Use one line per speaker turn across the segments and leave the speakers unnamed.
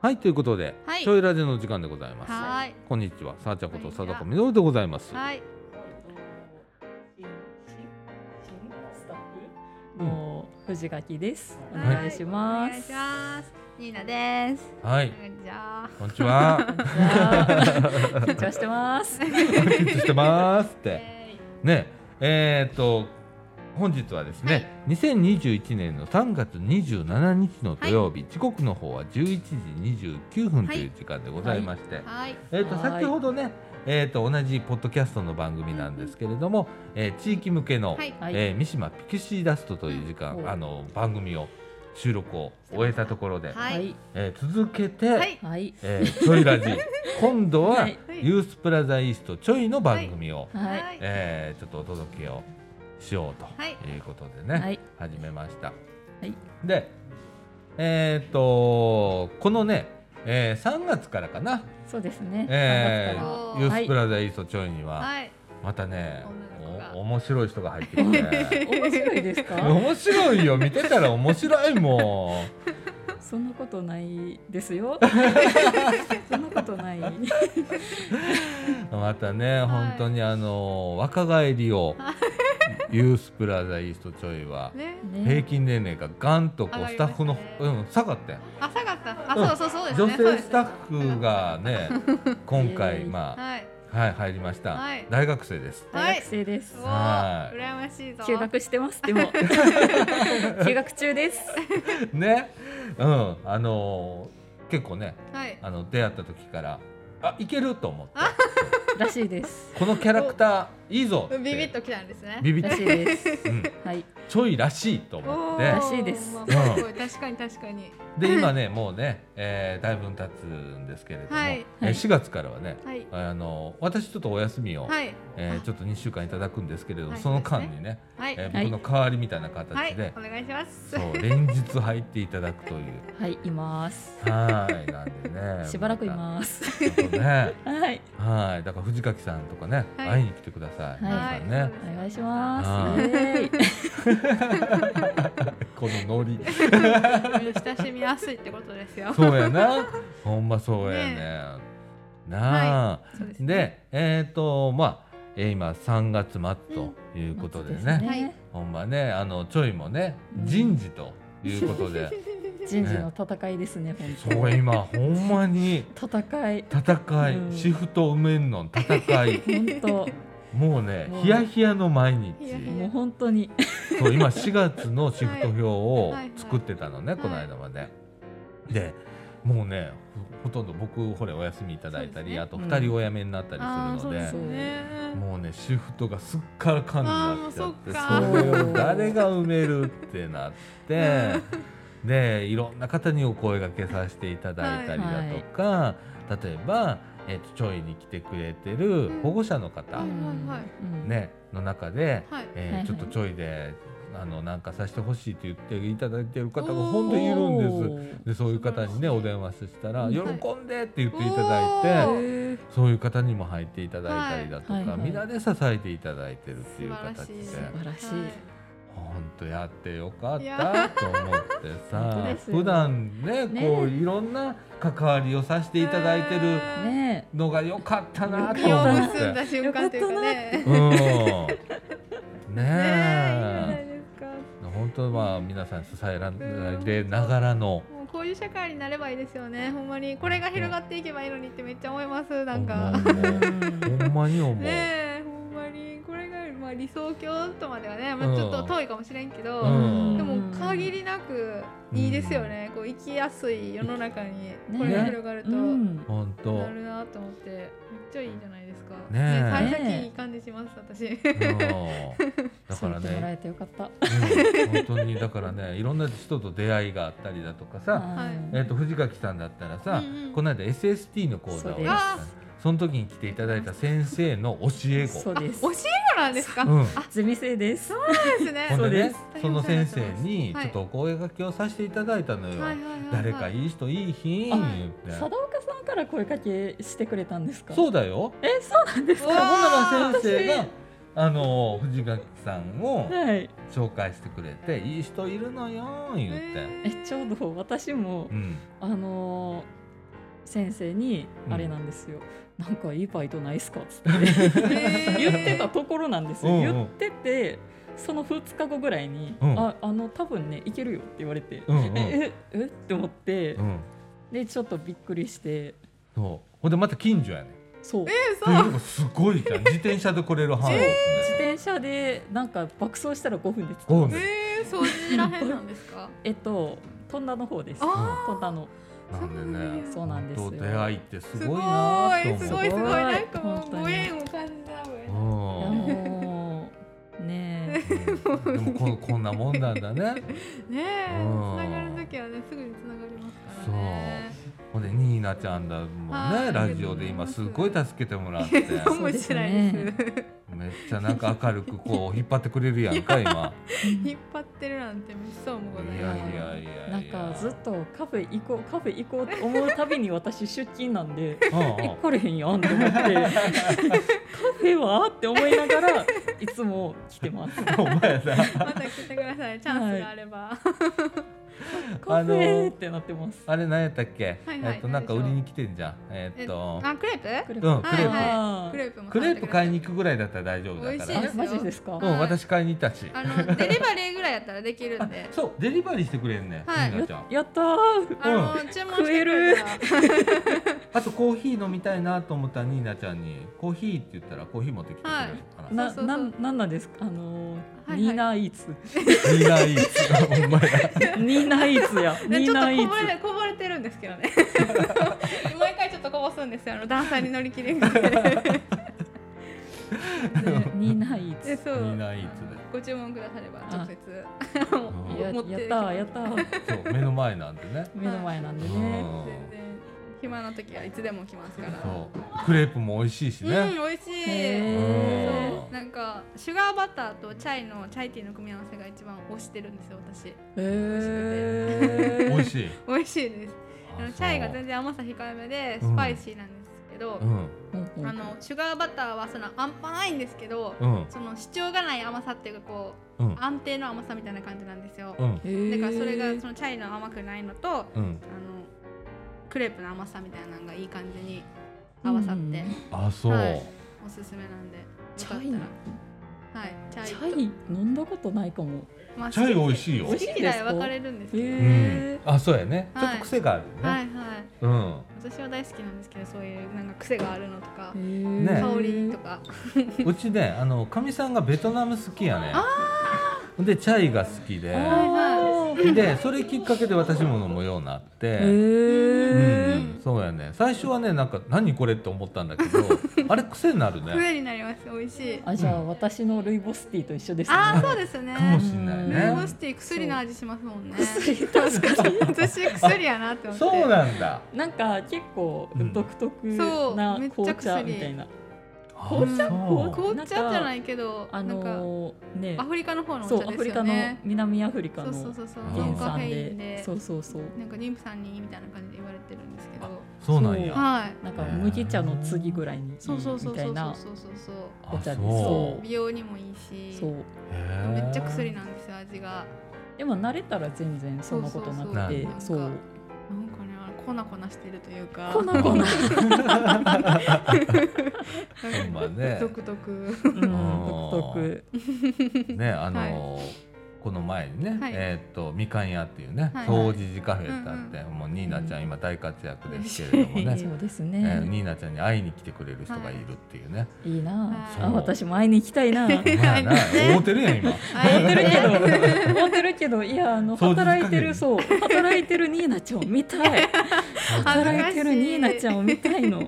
はいということで、
はい
ちょいラジの時間でございます。
はーい
こんにちは、さあちゃんこと
こんにちは
貞子みのるでございます。
はい
もう藤垣です。お
はい
願いしま
お願いし
す。
ますニーナです
はい、
じゃあ
こんにちは。
緊張してます。
緊張してますって。
え
ね、えー、っと、本日はですね、2021年の3月27日の土曜日、時刻の方は11時29分という時間でございまして、
ーはい
えー、と
はーい
先ほどね、えー、と同じポッドキャストの番組なんですけれども、えー地域向けの、
はい
はい
えー三島ピクシーダストという時間、
うん
あの番組を収録を終えたところで、
はい
はい。
えー続けて、
はい
はい。
えーちょいラジ今度は、
はい
ユースプラザイーストちょいの番組を、
はい。
えーちょっとお届けをしようと
はい
いうことでね、
はい。
始めました。
はい
でえっ、とこのね、えー3月からかな
そうですね。
え
頑張っ
ー、
ー
ユースプラザイーストチョイには、
はい
またね
女の子が
お面白い人が入ってき て
たら面白いですか？
面白いよ見てたら面白いも
そんなことないですよ。そんなことない。
ん またね、
い
本当にあの若返りをユースプラザイーストチョイは
ね
平均年齢がガンとこ
上
う
が
ス
り
タッ
ましたね
フの、うん下がったよ
あ下がったあそうそうそうです
女
ねそう
性
です
スタッフが ね今回
えー
ま
はい
あはい入りました、
はい
大学生です
は
大
い
学生です
う。
は
わ
い
ー羨ましいぞ
休学してます。でも休学中です。
ねうんあのー結構ね
はい
あの出会った時からあいけると思って
らしいです。
このキャラクターいいぞって
ビビッときたんですね
ビビッ
ら
と
しいです。
うん
はい。
ちょいらしいと思っ
おー
て
らしいです
まあまあすごい確かに確かに
で今ねもうね、えー、だいぶん経つんですけれども、
はい
えー
はい
4月からはね
はい
あの私ちょっとお休みを、
はい
えーちょっと2週間いただくんですけれども、
はい
その間にね、
はい
えー
はい
僕の代わりみたいな形
はい
で、
お願いします
そう連日入っていただくという
はい。います。
はいなんでね
しばらくいます。
すね
はい。
はいだから藤垣さんとかね、
はい
会いに来てください、皆
は
さ
い
んね、
お願いしま
は
す。イエーイ
このノリ
親しみやすいってことです よ。
そうやな。ほんまそうやね。なあ。
そうですね。
で、えっ、と、まあ、えー今3月末ということでね。
ねはい
ほんまね、あの、ちょいもね、
うん
人事ということ で。
人事の戦いですね、本当
そう、今、ほんまに。
戦い
戦い、
うん
シフト埋めんの戦い
本当
もうね
もう
ヒヤヒヤの毎日
ヒヤヒ
もう本当に
そう今4月のシフト表を
はいはいはい
作ってたのね、この間まで。でもうねほほとんど僕ほれお休みいただいたり、
そうですね
あと2人お辞めになった
あ
り
あ
す
そ
る
うです
ので。
ね。
もうねシフトがすっからかんになっちゃって
あー
もう
そ
そっか
れを誰が埋めるってなって でいろんな方にお声がけさせていただいたりだとか、例えば、えっとちょいに来てくれてる保護者の方、
うんはい
うん
ね、の中で、
はい。
えー
はいはい
ちょっとちょいであのなんかさせてほしいと言っていただいてる方が本当にいるんです。でそういう方にねお電話したら「
はい
喜んで!」って言っていただいて
おー
へー
そういう方にも入っていただいたりだとか、
はいはいはい
皆で支えていただいてるっていう形で
素
晴らしい
本当やってよかっ
い
た
や
と思って
本
さ
当ですよ
普段ね
ね
こういろんな関わりをさせていただいてる
ね
のがよかったなと
身を
思っ
結ん
て。
だ瞬間っていうかね。
うんねえ
ねえいいじゃないですか。
本当まあ皆さん支えられながらの
もうこういう社会になればいいですよね。ほんまにこれが広がっていけばいいのにってめっちゃ思います。なんか。
ほんま
う
に
ん
ほんまに思う。
ねえほんまにこれがまあ理想郷とまではね、まあちょっと遠いかもしれんけど。
うん
でも限りなくいいですよね、こう生きやすい世の中にこれが広がると
う
なん
本当。
るなと思ってめっちゃいいじゃないですか。
ねえ
幸
ね
先
え
いい感じします私。
うんだ
そ
から
う言ってもら
ね、
えてよかった
うん本当にだからね、いろんな人と出会いがあったりだとかさ、
はい
えっと藤垣さんだったらさ
うんうん、
この間 SST の講座
そう
を
です
やったの。その時に来ていただいた先生の教え
そ
子。
うです
教え子なんですか。
うん
ゼミ生です
そうですね。
ほんでね
そう
です
その先生にち
は
ょ
い
っとお声掛けをさせていただいたのよ
はいはいはいはい
誰かいい人いいひん
は
言
佐
って
岡さんから声かけしてくれたんですか
そうだよ
えそうなんです
ほんな
か
ら先生があの藤垣さんを
はい
紹介してくれていい人いるのよ言って
え
えちょうど私も
うん
あのー先生に
うん
あれなんですよ、なんかいいバイトないっすかっつって 言ってたところなんですよ、
うんうん
言っててその2日後ぐらいに「
うん
ああの多分ねいけるよ」って言われて「
うんうん
えええって思って、
うん
でちょっとびっくりして
そうほんでまた近所やね
そう
え
で
自
そう
でもすごいじゃん自転車で来れる範囲ですね、
転車でなんか爆走したら5分で着
五
く
分
えー、掃除らへんなんですか
えっと飛んだの方です飛
あ
んだの
なんでね
そうなんですよ
本当出会いってす
ーす
ご
ご
いなと
い
思う
すごいすごい
すごい
なんかも
本
う
当に
ご縁を感じたも
う
んね
い
ん
やもう ねえ
うんでもここんなもんなんだね
ねえ
うん
つながるときはねすぐにつながりますからね
ほんでニーナちゃんだもん
は
ね
い
ラジオで今すごい助けてもらって
かもしれないです
めっちゃなんか明るくこう引っ張ってくれるやんか今
引っ張ってるなんてめっそうもござい
い
ま
や
す
いやいや
なんかずっとカフェ行こうカフェ行こうって思うたびに私出勤なんで
うんうん
行かれへんやんって 思ってカフェはって思いながらいつも来てます
お前さ
また来てくださいチャンスがあれば、
カフェってなってます
あれ何やったっけ
はいはい
えっとなんか売りに来てんじゃんえっと
あクレープ
クレ
うんクレープ
あー
クレープも
クレープ買いに
行
行くぐらいだったら大丈夫だか
美味
ら
しい
あマジですか
う
よ
ん私買いに行ったし
あのデリバリーぐらいやったらできるんで
そうデリバリーしてくれんね
はい
ニーナちゃん
やったー
あの、注文してくれたら
あとコーヒー飲みたいなと思ったニーナちゃんにコーヒーって言ったらコーヒー持ってきてくれるかな
な
そうそうそう
なんなんなんですかあのー
はいはい
ニーナイ ーツ
ニーナいいっすほんまや
ニーナイー ツやニ
ねち
ー
ょっ
ナ
と
イ
こ
ー
ぼれ
ツ
こぼれてるんですけど ね毎回ちょっとこぼすんですよあの段差に乗り切れんくて
ねニーナイー
で
ツ
そ
ニー
う
ナいいっすね
ご注文くだされば直接
うん
や
持って
やったーやったー
そう目の前なんでね
目の前なんで
う
ね
ん
全然暇な時はいつでも来ますから
そうクレープも美味しいし
うん
ね
美味し
う
い
へ
ん
なんかシュガーバターとチャイのチャイティーの組み合わせが一番推してるんですよ私
へー
美味しい
美味しいです あのチャイが全
然
然甘さ控えめで
うん
スパイシーなんですけど、
うん
うんうん
あのシュガーバターはそのあんぱいんですけど、
うん
その主張がない甘さっていうかこ
うん
う安定の甘さみたいな感じなんですよ、
うん
だからそれ
へ
が
ー
そのチャイの甘くないのとあの
うん
クレープの甘さみたいなのがいい感じに合わさって、
うんうん
あそう
はいおすすめなんでよかった
チャイの
らはいチャイ
チ
と
ャイ飲んだことないかも。
まあ
チャイ美味しいよ
好き嫌い分かれるんですけど、
美
う
味しい
んあそうやねちょ
はい
っと癖がある
はい
ね
はい
うん
私は大好きなんですけどそういうなんか癖があるのとか
ね
香りとか
うちねあのかみさんがベトナム好きやねでチャイが好きで
あー
でそれきっかけで私も飲むようになって、
へ
う
ー
ん、そうやね最初はねなんか何これって思ったんだけ どあれ癖になるね
癖になります美味しい
あじゃあ私のルイボスティーと一緒ですね。
ああそうですね
かもしんない
ー
ルイボ
ね
スティー薬の味しますもんね
薬確かに。
私薬やなって思って
そうなんだ
なんか結構
うん
独特
そう
な
めっちゃ
紅茶
薬
みたいな。
紅茶
紅
紅茶じゃないけど
あ
なんか
のーね
アフリカの方のお
そう
茶
ア
で
フ
す
リカ
よ
の
ね
南アフリカ
そうそ
の
うそうそう
あ
ノ
の
ン
原
カフ
産
ェイン
で
で
そうそうそう
なんか妊婦さんにいいみたいな感じで言われてるんですけど
そうなんや
はい
なんか麦茶の次ぐらいにいい
そうそうそ
み
う
た
そそうそ
いうな
うそうそう
あ
お茶です
そ
美容にもいいし
そう。
うへー
めっちゃ 薬なんですよ味が
でも慣れたら全然そんなことなくて
そ
そ
そうそ
う
う
う
なんかねあれ粉粉してるというか
粉粉
ほん
なんか
ま ね
独特
うん独特
ねあのーこの前にね、
はい
えーっとみかん屋っていうね、
はい
掃除時カフェだって、もうニーナちゃん今大活躍ですけれどもね、
そうです
え ー
ね
ニーナちゃんに会いに来てくれる人がいるっていうね、
いいな
はい
ああ私も会いに行き たいな思っ
お
て
前な思ってるやん 今
会え
るけど思ってるけどいやあの
掃除
働いてる
時
そう働いてるニーナちゃんを見た い
恥ずかしい
働いてるニーナちゃんを見たいの
う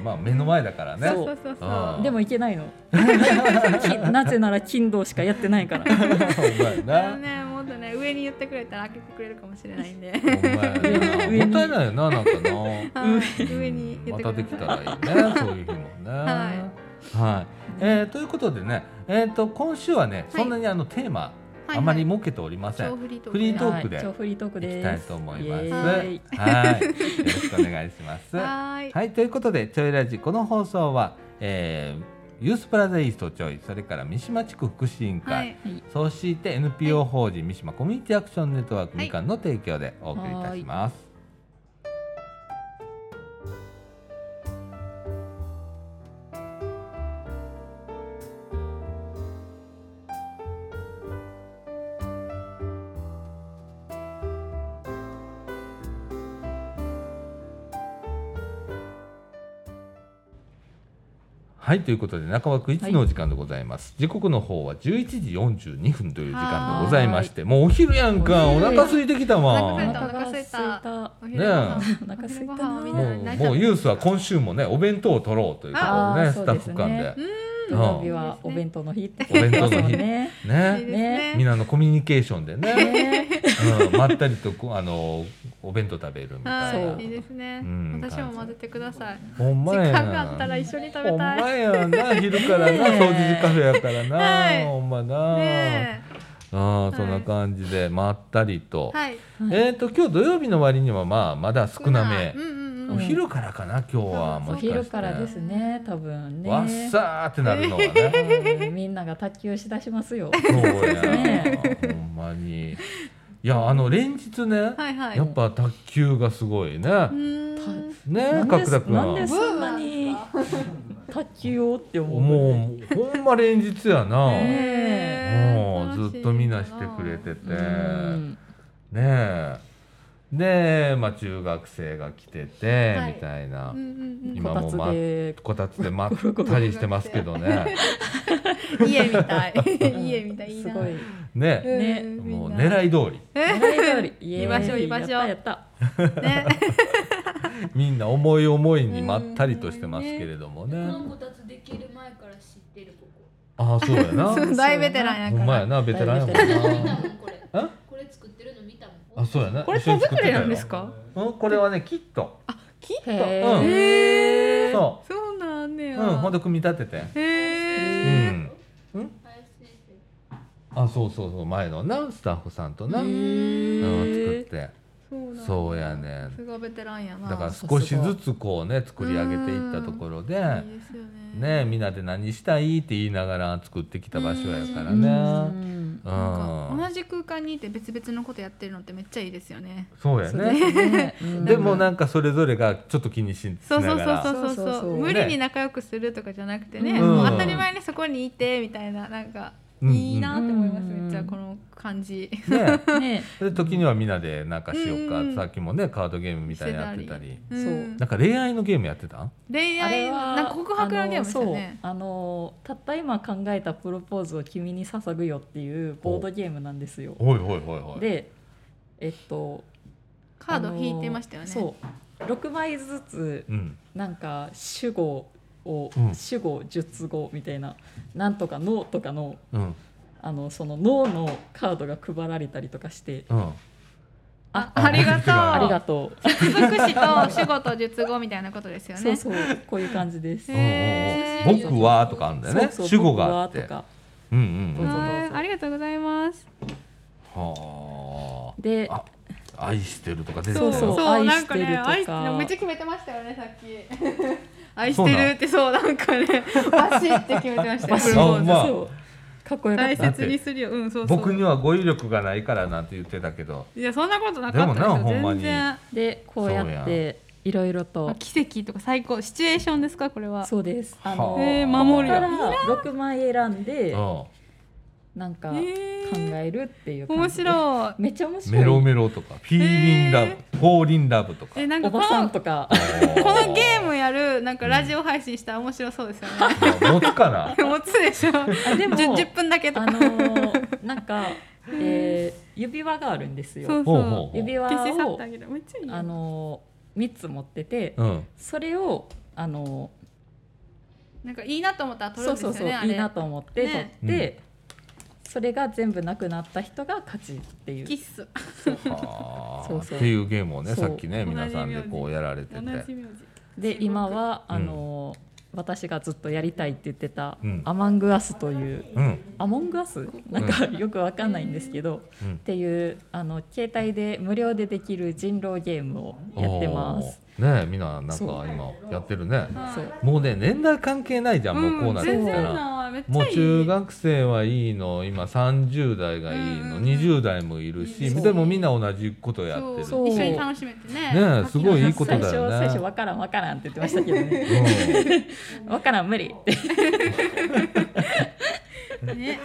ん、まあ目の前だからね
そうそうそうそう
あー
でも行けないのきなぜなら金労しかやってないから
ほんまや
あの
な。
ねもっとね上に言ってくれたら開けてくれるかもしれない んで
ほんまやな
上に
もったいないよな、なんかな。
はい上に言
ま
って
た
く
で
れ
きたらいい ね、そういう日もね。
は
はい。えーということでね、えーと今週はね、
はい
そんなにあのテーマ
はい
あまり設けておりません。
超
行
フリートーク
フリートークで
はい超フリートーク
き
で
たい
す
と思います。
イエ
はい
ーイ。
よろしくお願いします。
はーい
はい、ということで、ちょいラジ、この放送は、えーユースプラザイーストちょい、それから三島地区福祉委員会、
はい
そして NPO 法人三島コミュニティアクションネットワーク
はい
みかんの提供でお送りいたします。はいということで中枠一のお時間でございます、時刻の方は11時42分という時間でございましてもうお昼やんかお
お昼
腹空いてきた
お
わ
腹空
も
いた
お腹が空いた。
お昼ご飯
ね
お腹空
お昼
いた
ご飯をみんな
な。
うもうユースは今週もねお弁当を取ろうということで
あ
ね
ー
スタッフ間で
そう
うん
土曜日はお弁当の日って
お弁当の日
そうね。
いい
ね
ですね
みんなのコミュニケーションでね、
ね
うん、まったりとこうあのお弁当食べるみたい
は、
ない
いいですね
う。ん
私も混ぜてください。
ほんま
時
やな
間があったら一緒に食
ほ
べ
ん
た
ま
い。
やな昼からな
ね
掃
え
除時カフェやからな、
はい
ほんまな、
ね
あ
い
ーそんな感じでまったりと、
え、はい。
えっ、と今日土曜日の割にはまあまだ少なめ
うんうんう
お
ん。
昼からかな今日は
うん
もしか
お
して
昼からですね。多分ね。
わっさーってなるのはね
うんみんなが卓球しだします よ。
そう
ね
やほんまにいやあの連日ね、
はいはい。
やっぱ卓球がすごいね、
うーん。
ね
なんで
角田君
なんで
は
そんなに卓球をって思う。
もうほんま連日やな、
ね
もうずっとみんなしてくれてて、
うん
ねえで、まあ、中学生が来てて、
はい
みたいな、
うんうん
今も
こたつで
こたつでまったりしてますけどね
うん。家みた い。家みたい。いい
す
な
ごい。
ね
ね
もう狙い通り
狙い通り。
居場所居場所
やった
い。 ね。
みんな思い思いにまったりとしてますけれどもね、
このこたつできる前から知ってるここ。
ああそうや な
そう大ベテランや
ほ
か
んまや
ら。
なベテランやもん
見た
な
もんこれ。
あ
これ作ってるの見たもん。
あそうやな
これ
一緒
手
に作って
作
た
り
よ
なんですか？
うん、これはねキット
キッ
やった。
ト。
へ
うん
へえ。
そ
そうなんね
う、
や。
うん、ほんで組み立てて
へ
う
え。
ん
林先生。
あそうそうそう前のなスタッフさんとな、
へ
うん、作っ
ー
て
そうなん
そうやね
すごいベテランやな。
だから
そ
少しずつこうね作り上げていったところで
いいですよね。
ねみんなで何したいって言いながら作ってきた場所やから
う
ね
ん
う
なんか
ん
同じ空間にいて別々のことやってるのってめっちゃいいですよね。
そうや
そうで
ね
すね。うん
でもなんかそれぞれがちょっと気にしし
そ
な
うそ
が
うそう
ら
そうそう
そう
そ
そうう
無理に仲良くするとかじゃなくてね、
うん
もう当たり前にそこにいてみたいななんか
うん
いいなって思います、
うん
めっちゃこの感じ。
ね
ね。
で時にはみんなでなんかしようか
うんうん
さっきもねカードゲームみたいなやってたり
う
そうん
なんか恋愛のゲームやってた
恋
あ
愛
れ
の
は
なんか告白のゲームですよね。
あのそうあのたった今考えたプロポーズを君に捧ぐよっていうボードゲームなんですよ。
おいおいおいおい
で、えっと
カード引いてましたよね。
あのそう、六枚ずつ
うん
なんか主語を、
うん
主語述語みたいななんとかのとかの
うん
あのその脳のカードが配られたりとかして
うん
あ
あ
ありがとう。
あ
あり
あ
がとう。
りがとう。福祉と仕事術語みたいなことですよね。
そうそうこういう感じです。
へ
うん
ー
うんうん僕はとかあるんだよね
そうそう
主語があっ
僕は
て
とか
うんうんうん
どうぞ
はいありがとうございます。
は
で
ああ愛してるとか出てた
そ
よ
うそう
そう
愛
なん
し
か
てる
ね
とか
愛してめっちゃ決めてましたよねさっき 愛してるってそうなんかねバシって決めてましたよ
バシ
プ
ッ
ロポー
あ
ズ
まあ
そうかっこよかっ
大
た。
切にするようんそうそう
僕には語彙力がないからなんて言ってたけど
いやそんなことなかった
で
です
もな
よ
ほんま
全
に
然
でこうやっ
そう
ていろいろ
あ
と
奇跡とか最高シチュエーションですかこれは
そうです。あ
は
の
あ
えー守るよ
から六枚選んで
うん
なんか
え
考
ー
えるっていう感
面
じで。
白い
めっちゃ面白い。
メロメロとかフィーリンラブ
へ
フォーリンラブとか
えなんか
お
こ
ばさん
の
とか。
こ
こ
のゲームやるなんかラジオ配信したら面白そうですよね
ム持つかな
持つでしょ
あでも
10 10分だけと
あ
か
のーなんか、えー指輪があるんです
そ
よ
う。
ほうほうほう
指輪
消し去っ
を
てあげるめっちゃいいよ
あのー三つ持ってて、
うん
それをあの
なんかいいなと思ったら
ー
撮る
そ
ん
う
ですよ
そう
ね
そう
あ
い
れ
いなと思って取
ね
って、それが全部なくなった人が勝ちっていう
キ。ッス
はあ
そうそう
っていうゲームをね
そう
さっきね皆さんでこうやられて
同
て
じ名字
で今は
うん
あの、私がずっとやりたいって言ってた「
うん
アマングアス」という
うん
アモングアスなんかよくわかんないんですけど、
うん
っていうあの携帯で無料でできる人狼ゲームをやってます。
おーねえみんななんか
そう
今やってるね
はい
そう
もうね年代関係ないじゃんもうこうなってき
全
た
然
ら
ないめっち
も
ゃ
う
いい
中学生はいいの今30代がいいの
うん
20代もいるし
そう
でもみんな同じことやってる
そう
う
一緒に楽しめてね
ねえすごいいいこと
最
だ
初
よね
最初わからんわからんって言ってましたけ どね
うん
わからん無理って
ね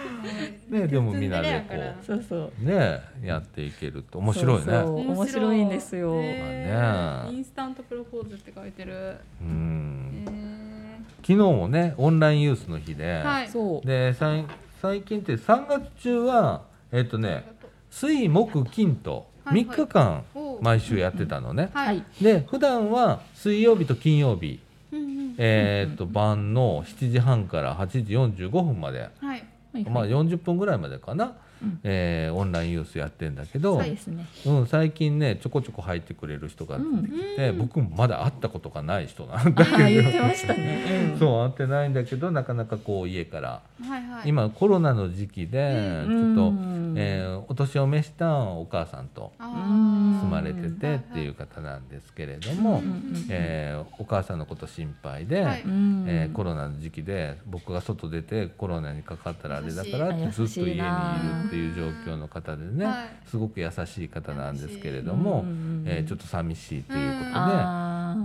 ねでもみんなでこう
そうそう
ねやっていけると面白いね
そうそう面白いんですよ
ねえ
まあね
インスタントプロポーズって書いてる
うん
えー
昨日もねオンラインユースの日で、
はい
そう
でさい最近って3月中はえっとね水木金と
はい
3日間
おう
毎週やってたのね。
はい、
で普段は水曜日と金曜日、
うんうん
えっと晩の7時半から8時45分まで、
はい
はい
まあ、40分ぐらいまでかな、
うん
えーオンラインユースやってんだけど、
そうですね
うん、最近ねちょこちょこ入ってくれる人が出てきて、
うん
僕もまだ会ったことがない人なん
あ
だ
ー
け
言っ
ど
てましたね、うん、
そう会ってないんだけどなかなかこう家から、
はいはい
今コロナの時期で ちょっと、
うん
えーお年を召したお母さんと
あ
うん
ー
住まれててっていう方なんですけれども、
うん
えーお母さんのこと心配で、
はい
うん
えーコロナの時期で僕が外出てコロナにかかったらあれだからってず
優
っと
しい
家にいる
な
っていう状況の方でね、
はい
すごく優しい方なんですけれども、えーちょっ
と
と寂しいっていうことで、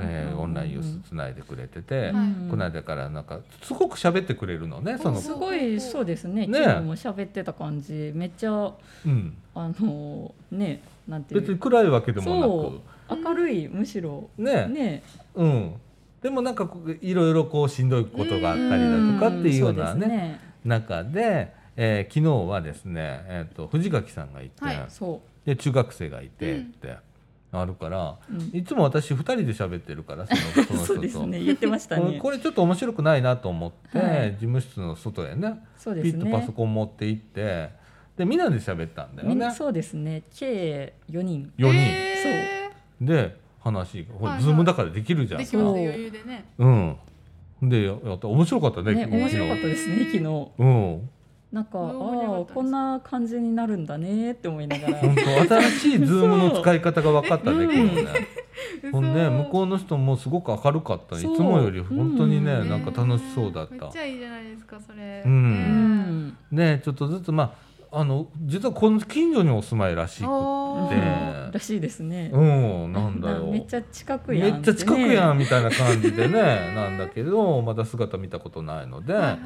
えーオンラインをつないでくれてて、
はい
この間からなんかすごく喋ってくれるのねその
お、
すごいそうですね
ね
昨日も喋ってた感じめっちゃ
うん、
あのねなんてい
別に
う
暗いわけでも
く
そう明るいむしろ
なくね
ね
うん、でもなんかこういろいろこうしんどいことがあったりだとかっていうようなね,、中で、えー昨日はですね、えー、と藤垣さんがいて、
はい
そ
で中学生がいてってあるから、
うですね
いつも私2人で喋ってる からそのそ
う
の
んそ
人
う
と
ですね言ってました
これ
ね
これちょっと面白くないなと思って、
はい
事務室の外へね
そうで
ピ
す
ッとパソ
ね
コン持って行ってでみんなで喋ったんだよ
みん
ね
なそうですね計四人
4人、
え
で話ほら、
はいはい
ズームだからできるじ
ー
ゃん
で
か
きます余裕でね
うんでやった面白かったね
ね面白かっ
昨
たですね昨日
日うん
なんかああ
どう盛り上がったんですか
こんな感じになるんだねって思いながら
本当新しいズームの使い方が分かったね
嘘
昨日ねほんで向
う
こうの人もすごく明るかったいつ
そう
もより本当にね、
うん
なんか楽しそうだっ
め
た
っちゃいいじゃないですかそれ
うん
う
ね
ん
ねちょっとずつまああの実はこの近所にお住まいらしい
お
で
ー
らしいですね
うんなんだよ
めっちゃ近くや
め
ん
っちゃ近くや
ん
んみたいな感じでねなんだけどまだ姿見たことないので、
はいはい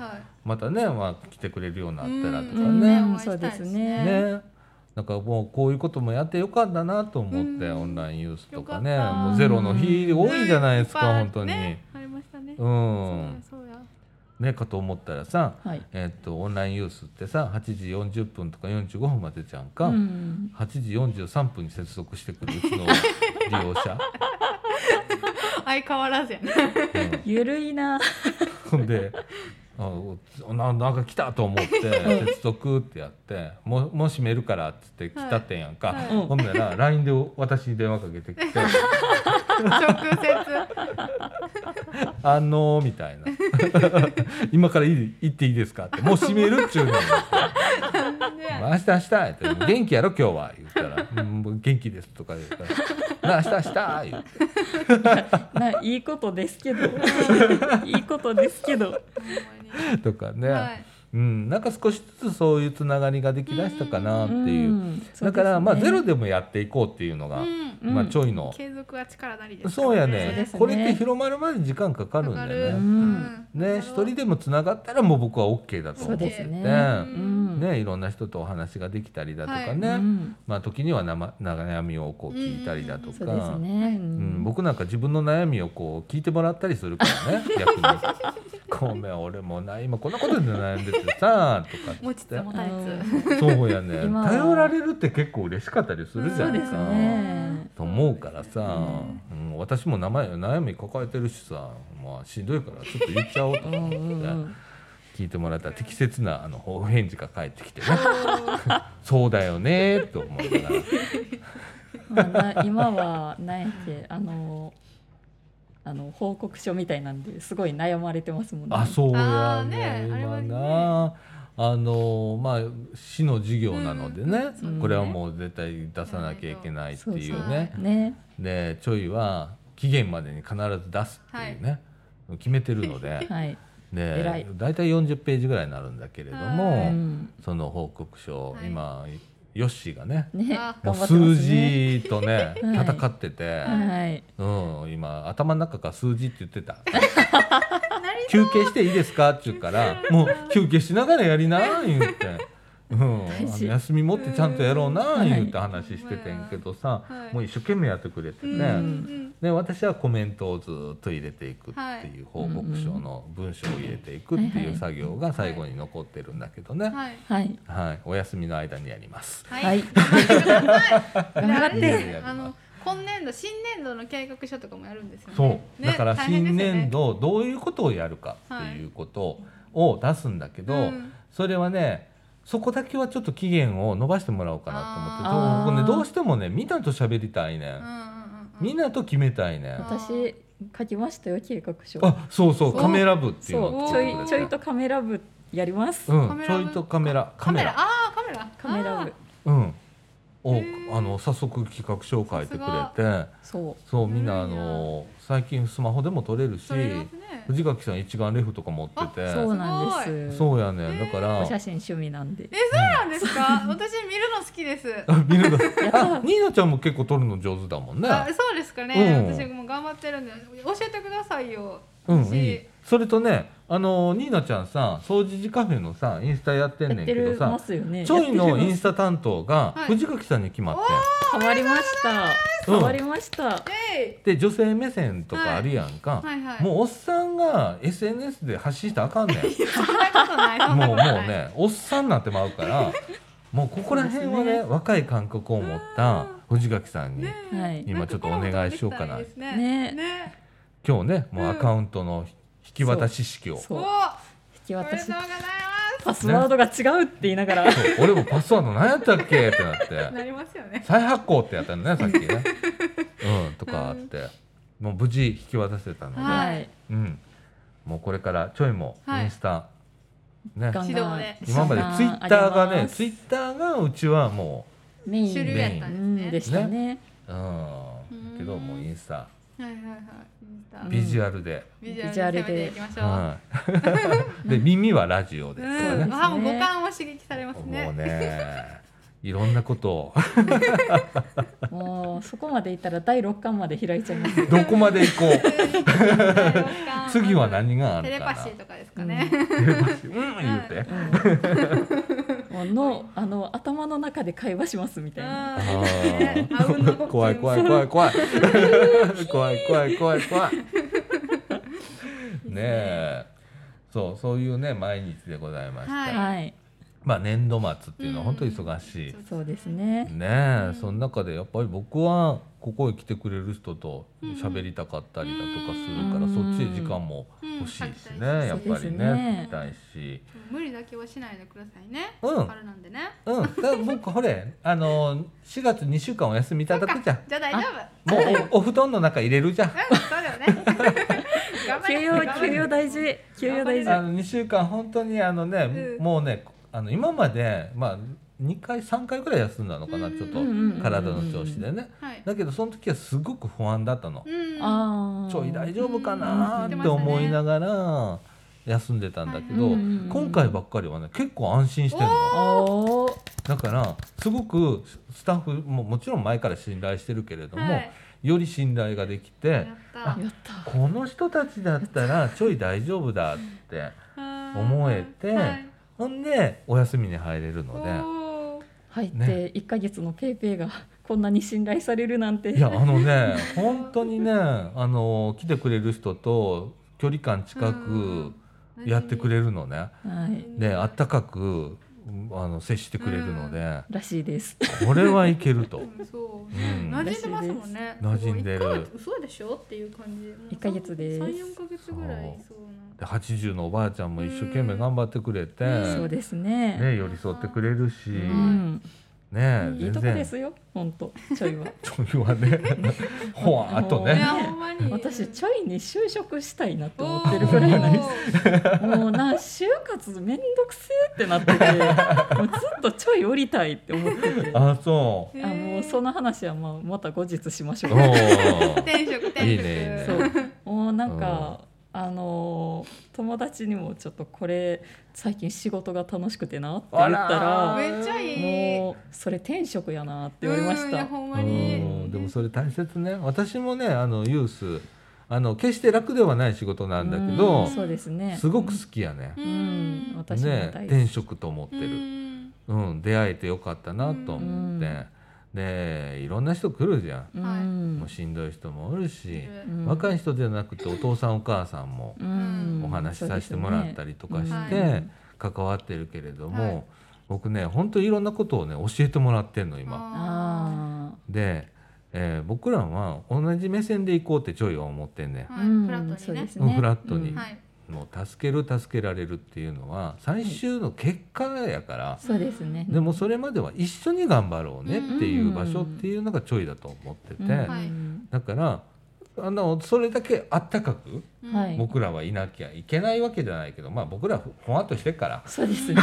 またね、まあ、来てくれるようになったらとか
う
ね,、
んそうですね
ねなんかもうこういうこともやってよかったなと思って、
うん
オンラインユースとか
よ
ね
かった
もうゼロの日多いじゃないですか、
うん
本当に。
ねありましたね
う
そうんやそうや
ね、かと思ったらさ、
はい
えっとオンラインユースってさ8時40分とか45分までじゃんか、
うん
8時43分に接続してくるうちの利用者。
相変わらずやね
うん
ゆるいな
ほんで「あおななんか来た!」と思って「接続」ってやって「もうもう閉めるから」っつって来たってんやんか、
はい
うん
ほんなら LINE で私に電話かけてきて
直接
「あのー」みたいな 「今からいい行っていいですか?」って「もう閉めるっちゅうのに」
なんでや
明日明日」って「元気やろ今日は」言ったら「うんもう元気です」とか言う から「な明日明日」言って
ない いことで すけどいいことですけど
ほんま
とかね、
にはい
うん、なんか少しずつそういうつながりができだしたかなっていう。
ん
だから、まあゼロ
で
でもやっていこうっていうのが、
うん
うん
まあちょいの、
継続は力なりですから
そうや
そう
ね
ですね
これって広まるまで時間かかるんだ
かか
よ
る
ね。
ん
ね一人でもつながったらもう僕は OK だと思
そう
って
で
て
す
ね
う
ねすねうんん
いろんな人とお話ができたりだとかね、
ねうん
まあ、時にはなま悩みをこう聞いたりだと
そ
か、
うですね
う
う
ん、
ん
僕なんか自分の悩みをこう聞いてもらったりする からね逆に「ごめん俺もうな今こんなことで悩んでてさ」とかっ
持ち
つっ
つ持
て
たれ
そうやね
今は
頼られるって結構嬉しかったりするじゃ
そ
んか。
うですね
と思うからさ、うん、私も名前悩み抱えてるしさ、まあ、しんどいからちょっと言っちゃおうと
うん
思って
うん
聞いてもらったら適切なあのお返事が返ってき てね「そうだよね」と思いながら
まあな今は何やっけあのあの報告書みたいなんですごい悩まれてますもんね
あそうや
あー
ね
ねあ
今
れはね
なあのまあ市の事業なのでね、
うんうん
これはもう絶対出さなきゃいけないっていうね。
そう
そう
ね
でちょいは期限までに必ず出すっていうね、決めてるの で。
はい偉
で
い
大体40ページぐらいになるんだけれど
は
も、
い
うん
その報告書、
はい
今ヨッシーがね
ね
あ
も
頑
う
張ってま
数
すね
字とね
はい
戦ってて、
はい
うん、今頭の中から数字って言ってた 休憩していいですかって言うからもう休憩しながらやりな言ってうん、あ
大
の
事
休み持ってちゃんとやろうな
うん
言うて話しててんけどさ、
はい
もう一生懸命やってくれて
う
ね、
んうん
で私はコメントをずっと入れていくっていう報告書の文章を入れていくっていう作業が最後に残ってるんだけど
う
ね
ん、はい
はい。
はい、お休みの間にやります。
はい
頑張ってください
頑張
あ
って
れ
いやい
ね
や
あの今年度新年度の計画書とかもやるんですよね
そう、
ね
だから
大変です
新
よね
年度どういうことをやるかっていうことを出すんだけど、
うん
それはねそこだけはちょっと期限を伸ばしてもらおうかなと思って
あー
僕ねどうしてもねみんなと喋りたいね
うん
ん、
うんうん
みんなと決めたいねん、
あ
私書きましたよ計画書。
あそうそう
そう
カメラ部っていうのを
そうち
作ってく
ょ
れ
い
て
ちょいとカメラ部やります。
う
カ
ん
メ
ち
ラ
ょ
部
いとカメラ
カ
カ
メ
メ
ラ
ラ
ああカメラ
カメラ部
うんを
へー
あの早速企画書を書いてくれて
そう。
そうみんなあ
うんいいな
の最近スマホでも撮れるし
それますね
藤垣さん一眼レフとか持ってて
そうなんです。
そうやねん
へー
だから
お写真趣味なんで
え。そうなんですか私見るの好きです
あ見るの
やっ
あ
た
ニーナちゃんも結構撮るの上手だもんね
あそうですかね、
うん
私も頑張ってるんで教えてくださいよ
うん
私
いいそれとねあのニーナちゃんさ掃除時カフェのさインスタやってん
や
ね
っ
ん
て
けど
る
さ
ますよね。
ちょいの
やって
イ
る
ンスタ担当が
はい
藤垣さんに決まってん、
変わりました。変わりました。
え
で女性目線とかあるやんか、
いはいはい
もうおっさんが SNS で発信したらあかんねん
いそんなことないそ
も
んな
う
こ
もう
とない
ねおっさんになってまうからもうここら辺は
そうで
ね
すね
若い感覚を持った藤垣さんに、
ねえ
はい
今ちょっとお願いしようかな
なんコラボできたらいいですね
ね
ね
今日ねもううんアカウントの引き渡し式を、
そ
お
う
お
引き
めで
渡
とう
し
ございま
パスワードが違うって言いながら。
そう俺もパスワード何やったっけってなっ
す
て
なりますよね
再発行ってやったの ねさっきねうんとかあって、もう無事引き渡せたので、
はい
はい。
うんもうこれからちょいもインスタ、ね
ガンガン
指導で
今まで
ガンガン
ツイッターが
あり
ね
ます
ツイッターがうちはも
メイン
主流やった
うんん
で
ですしたね。
ううんけどもうインスタ
ねはいはいはい
うん
ビジュアルで、
インスタビジュアルで攻めていきましょう
はいで耳はラジオで
う
すか
ん
ら
そうです
ね、
ね
わあもう五感を刺激されます
もう
ね
ねいろんなことを
もうそこまでいったら第六巻まで開いちゃいます。
どこまで行こ う
うん
次は何があ
テ
る
レ
か
パ
な
シーとかですかね、
テレパシーうん言うて、
もうのあの頭の中で会話しますみたいな。
あ
うん
ー
あうんの呼吸
怖い怖い怖 い怖い怖い怖い怖い怖いねえそうそういうね毎日でございました、
はい
はい。
まあ年度末っていうのは本当忙しい、
うん
そうですね。
ねえ、
うん
その中でやっぱり僕はここへ来てくれる人と喋りたかったりだとかするから、
うん
そっちへ時間も欲しいしね、
うん
やっぱり
そうです
ね
ね
見たいし
無理だけはしないでくださいね、
うん
春なんでね
うんだから僕ほれあの4月2週間お休みいただくじゃん
じゃあ大丈夫
もうおお布団の中入れるじゃん
うんそうだよね 頑張
休
り
養休養大事休養大事。
あの2週間本当にあのね、
うん
もうねあの今までまあ2回3回ぐらい休んだのかな、
うん
ちょっ
うん
と
うんうん
体の調子でね、
はい
だけどその時はすごく不安だったの、
うん
ああ。
ちょい大丈夫か
う
なんーって思いながら休んでたんだけど、
うんうんうん
今回ばっかりはね結構安心してるの
おお。
だからすごくスタッフももちろん前から信頼してるけれども、
はい
より信頼ができ
や
て
った
やった。
この人たちだったらちょい大丈夫だって。思えて
はい
ほんでお休みに入れるので。
おー
入って
ね
一ヶ月のペイペイが こんなに信頼されるなんて。
いやあのね本当にねあの来てくれる人と距離感近くやってくれるのね。
はい。
であったかくうんあの接してくれるので
らしいです。
これはいける と。
うんそう
うん
馴染んでますもんね
馴染んでる
もう一ヶ月嘘でしょっていう感じもう
一ヶ月です
三四ヶ月ぐらいそうな
で80のおばあちゃんも一生懸命頑張ってくれて、
そうですね。
ね、寄り添ってくれるし、
う
ね
ん。い
全
いとこで
然
すよ。本当。ちょい は。
そういうはね ほわーっと
い
ね
やほんまに
私ち
ょっ
ょいに就職したいなと思ってるぐらいなんです。 もうな就活めんどくせえってなっ ててもうずっとちょい降りたいって思っててあ
あそ
もうその話はまあまた後日しましょ
う
う
お。ー
転職転職
いいねいいね
そう もうなんか、あのー友達にもちょっとこれ最近仕事が楽しくてなって言った
あ
ら
ら
めっちゃいい
もうそれ転職やなって言われま
う
し
んい
た
や。ほんま
う
に
んでもそれ大切ね私もねあのユースあの決して楽ではない仕事なんだけ
うん
ど
そうですね。
すごく好きやね
う
うん、私も
ね
大好き。
転職と思ってる
ん
うん、出会えてよかったなと思って、でいろんな人来るじゃ
うん
はい
ん、もうしんどい人もおるし、
うん
若い人じゃなくてお父さんお母さんも
うん
お話しさせてもらったりとか
そう
し
ですね
て関わってるけれども、
はい
僕ね本当いろんなことをね教えてもらってんの今。
あ
あ
で、えー僕らは同じ目線で行こうってちょいは思ってんねん
ー、
あ、
はい
うん
フラットにね
そうです
うん
ね
フラットに
うん
はい
もう助ける助けられるっていうのは最終の結果やから、
そうですね。
でもそれまでは一緒に頑張ろうねっていう場所っていうのがちょいだと思ってて、
うん
はい
だからあのそれだけあったかく
うん
はい
僕らはいなきゃいけないわけじゃないけどまあ僕らふほわっとしてっから
そうで すね。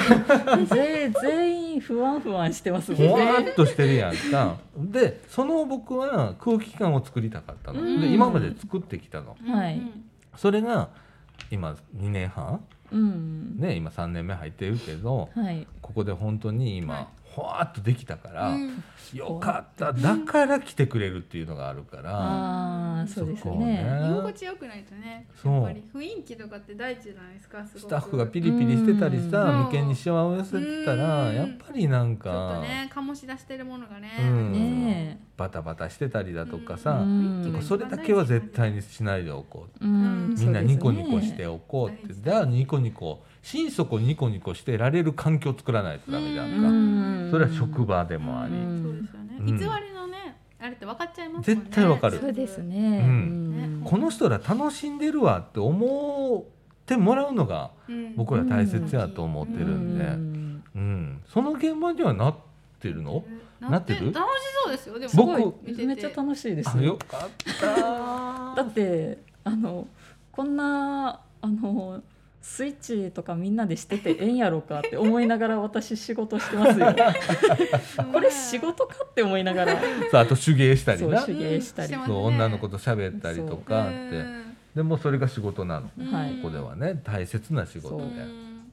全全員不安不安してますもん
ほ
ね。
わっとしてるやんかでその僕は空気感を作りたかったの、
う
で
ん
今まで作ってきたの
はい
うん
それが今2年半
うん。
ね今3年目入ってるけど
はい。
ここで本当に今、
はい
ほわっとできたから、
うん
よかっただから来てくれるっていうのがあるから、
ああ、そうです
そこをね
ね。
居心地よくないとね
そう
やっぱり雰囲気とかって大事じゃないですかすごく
スタッフがピリピリしてたりさ
うん
眉間にシワを寄せてたら
うん
やっぱりなん
ちょっと
か、
ね醸し出してるものがね、
うん
ね
バタバタしてたりだとか
え。
さ、
うん
なんかそれだけは絶対にしないでおこう、
うん。
みんなニコ
そうで
ニ
すね
コして。おこうって、
そうですね
じゃあニコニコ心底ニコニコしてられる環境を作らないとダメじゃんか、
うん。
それは職場でもあり、
う
そ
ん
うですよね、
うん
偽りのねあれって分かっちゃいますもん
絶
ね
対分かる
そうですね。
う
うんん。
この人ら楽しんでるわって思ってもらうのが
うん
僕ら大切やと思ってるんで、う
うんん
その現場にはなってるのなってる
楽しそうですよでも
すごい
僕
見てて
めっちゃ楽しいです
あ
よ。
よかった
だってあのこんなあのスイッチとかみんなでしててええんやろかって思いながら私仕事してま すよこれ仕事かって思いながら
そうあと手芸したり
そう
な
手芸したり
うんして
そ
ま
う女の子と喋ったりとかって、
うん
でもそれが仕事なの、
はい
ここではね大切な仕事
う
で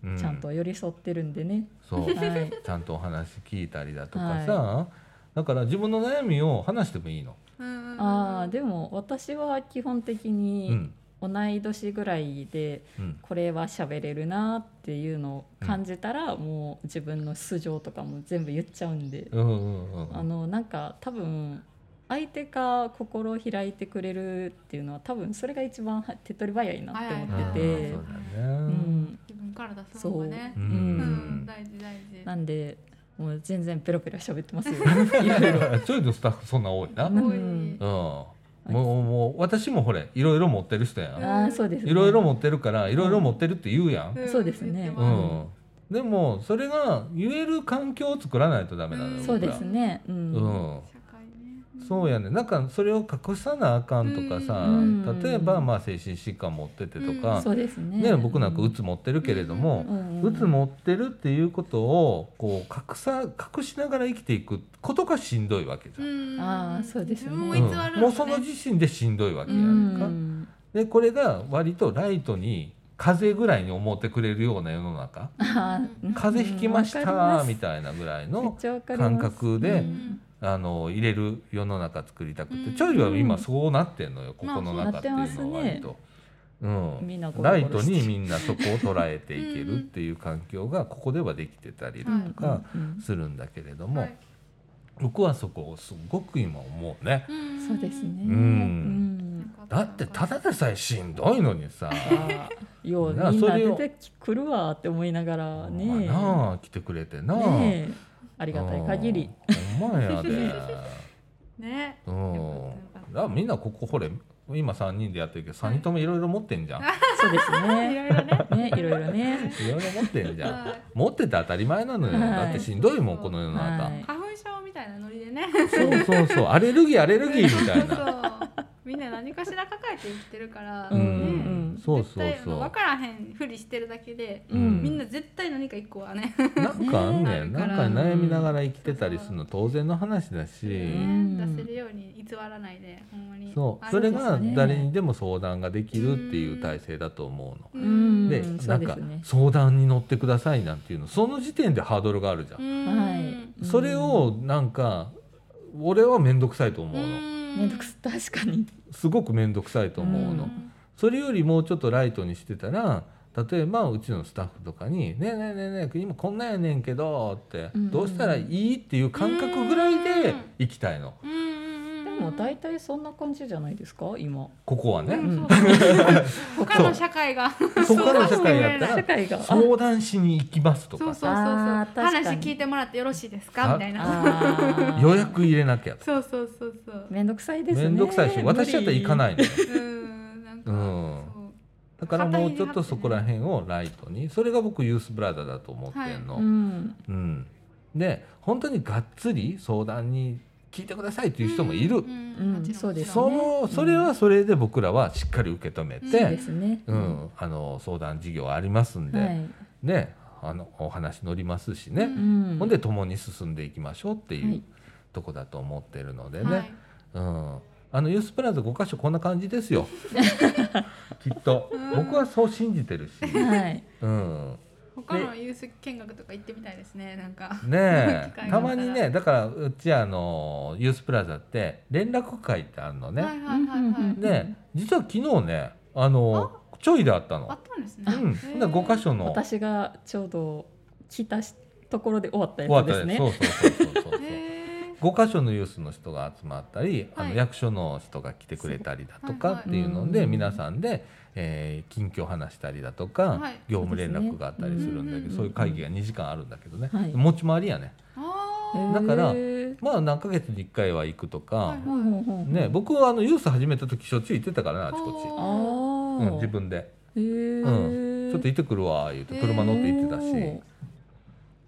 そ、
ん
う
ちゃんと寄り添ってるんでね、
そう
はい、
ちゃんとお話聞いたりだとかさ、だから自分の悩みを話してもいいの、
うん
あーでも私は基本的
う
に
ん
同い年ぐらいで
うん、
これは喋れるなっていうのを感じたらもう自分の素性とかも全部言っちゃうんで
うんうんうん
あのなんか多分相手が心を開いてくれるっていうのは多分それが一番は手っ取り早いなって思
うん
ってて、
そうだ
う
ね、
ん
自分から出すのがね
うん
う
うん
大事大事
なんでもう全然ペロペロ喋ってま すよ。
ちょいのスタッフそんな多いな、う、
うん
も
ん
多い
うもう私もほれいろいろ持ってる人やん、
ああそうです、ね。
いろいろ持ってるからいろいろ持ってるって言うやん、
ん
そうですね
言って
う
ます
んでもそれが言える環境を作らないとダメなのよ、
うん
そう
僕
で
ら
すね。うん。
うん
社会ね
そうやねなんかそれを隠さなあかんとかさ、
うん
例えばまあ精神疾患持っててとか、
そうですね。
ね、僕なんかうつ持ってるけれども、
うん、
うつ持ってるっていうことをこう隠さ隠しながら生きていくことがしんどいわけじゃん。
うん
あーそうですね
自分を
う
偽
ん
るのね
もうその時点でしんどいわけ
う
やんか、
ん。
でこれが割とライトに風邪ぐらいに思ってくれるような世の中
あーうん
風邪ひきまし
うんわ
た
かり
みたいなぐらい
ますめっ
の
ちゃわかります
感覚で
うん
あの入れる世の中作りたくて、
うん
ちょいは今そうなってんのよこ
まあ
この中っていう
そう
のは
なっ
割
て
と。うん
みんなゴロ
ラ
ゴロ
イト
して
にみんなそこを捉えていけるっていう環境がここではできてたりだとか
うんうん
するんだけれども、僕はそこをすごく今思うね。
うんそうですね。
うん
うん
だってただでさえしんどいのにさ。
あーよう
な
みん
そ
な
れ
出
を
てくるわって思いながら
ほん
ね
まなあ来てくれてなあ。
ねえあ
あ
りがたい限り。
ほんまやで。
ね
うん。だからみんなここほれ今3人でやってるけど3人ともいろいろ持ってんじゃん。
そうです
い
ね
ろいろね
ねいろいろね
いろいろ持ってんじ ゃん。
はい
持ってて当たり前なのよ。
はい
だってしんどいもんこの世の中。
はい
花粉症みたいなノリでね
そうそうそうアレルギーアレルギーみたい
そ
な。
うみんな何かしら抱えて生きてるから、
う
うんん
そう
絶
そう
対あ
そ
の
う
分。からへんふりしてるだけで、
うん
みんな絶対何か一個は ね、
なんかあんねん、
ね
なんか悩みながら生きてたりするの当然の話だし、
ん
出せるように偽らないでほんまに
そう
あ
それ
そ
が
うですね
誰にでも相談ができるっていう体制だと思う
う
うん
の。
ん
で、
うん
なん
そ
か
うですね
相談に乗ってくださいなんていうの、その時点でハードルがあるじゃ。
うんん
はい
それをなんか俺は面倒くさいと
う
思うの。
ん
めんどくさ確かに
すごく面倒くさいと思う
い
の
ん。
それよりもうちょっとライトにしてたら、例えばうちのスタッフとかに「ねえねえねえねえ今こんなんやねんけど」って
うん
どうしたらいいっていう感覚ぐらいで行きたいの
うんうんうん
でも大体そんな感じじゃないですか今
ここは
う
ね。
ん そうそう他
そう
の社会が
そこの社会やった
世
ら
界があ
相談しに行きますと
そうそう
か
そうそう
あー確かに
話聞いてもらってよろしいですかみたいな
あー
予約入れなきゃとか
そうそうそうそう
めんどくさいですね
めんどくさいし私だったら行か
い
ないのよ
うんなんか
うん
そう
だからもうちょっとそこら辺をライトにそれが僕ユースブラザーだと思ってんの。
うん
うん、で本当にがっつり相談に聞いてくださいっていう人もいる、
うんうん
うんそうです
そ
も
の
うん
それはそれで僕らはしっかり受け止め
そうで
て、
すね
うんあの相談事業ありますんで、
はい
ねあのお話乗りますしね、
うん
ほんで共に進んでいきましょうっていう、
はい
とこだと思ってるので
ち
ね、
ろんはい
うん、あのユースプラザ5箇所こんな感じです よきっと
うん
僕はそう信じてるし、
はい
うん、
他のユース見学とか行ってみたいですねなんか
ね
機
え
会
た
があった
ま
ら
にねだからうちあのユースプラザって連絡会ってあるのね、
はいはいはいはい
い
で実は昨日ねあのちょいであった
あっ
の、
たんですね
うん、
へー
だ5箇所 の
私がちょうど来たしところで終わった
終わ
や
っ
つ
たで
ですね
そうそうそうそうそうそう
へー
5箇所のユースの人が集まったり、あ
は
の
い
役所の人が来てくれたりだとか
はいはい
っていうので、
うん
皆さんで、えー近況話したりだとか、
はい
業務連絡があったりするんだけどそ,、
そううですね
いう会議が2時間あるんだけどね、
はい
持ち回りやね
あー
だから
へー
まあ何ヶ月に1回は行くとか、
はい
ほうほうほう
ね、僕はあのユース始めた時しょっちゅう行ってたからなあちこ
あ
ち、
ー
うん、自分で
へー
う「ちょっと行ってくるわ」言うて車乗って行ってたし、
へ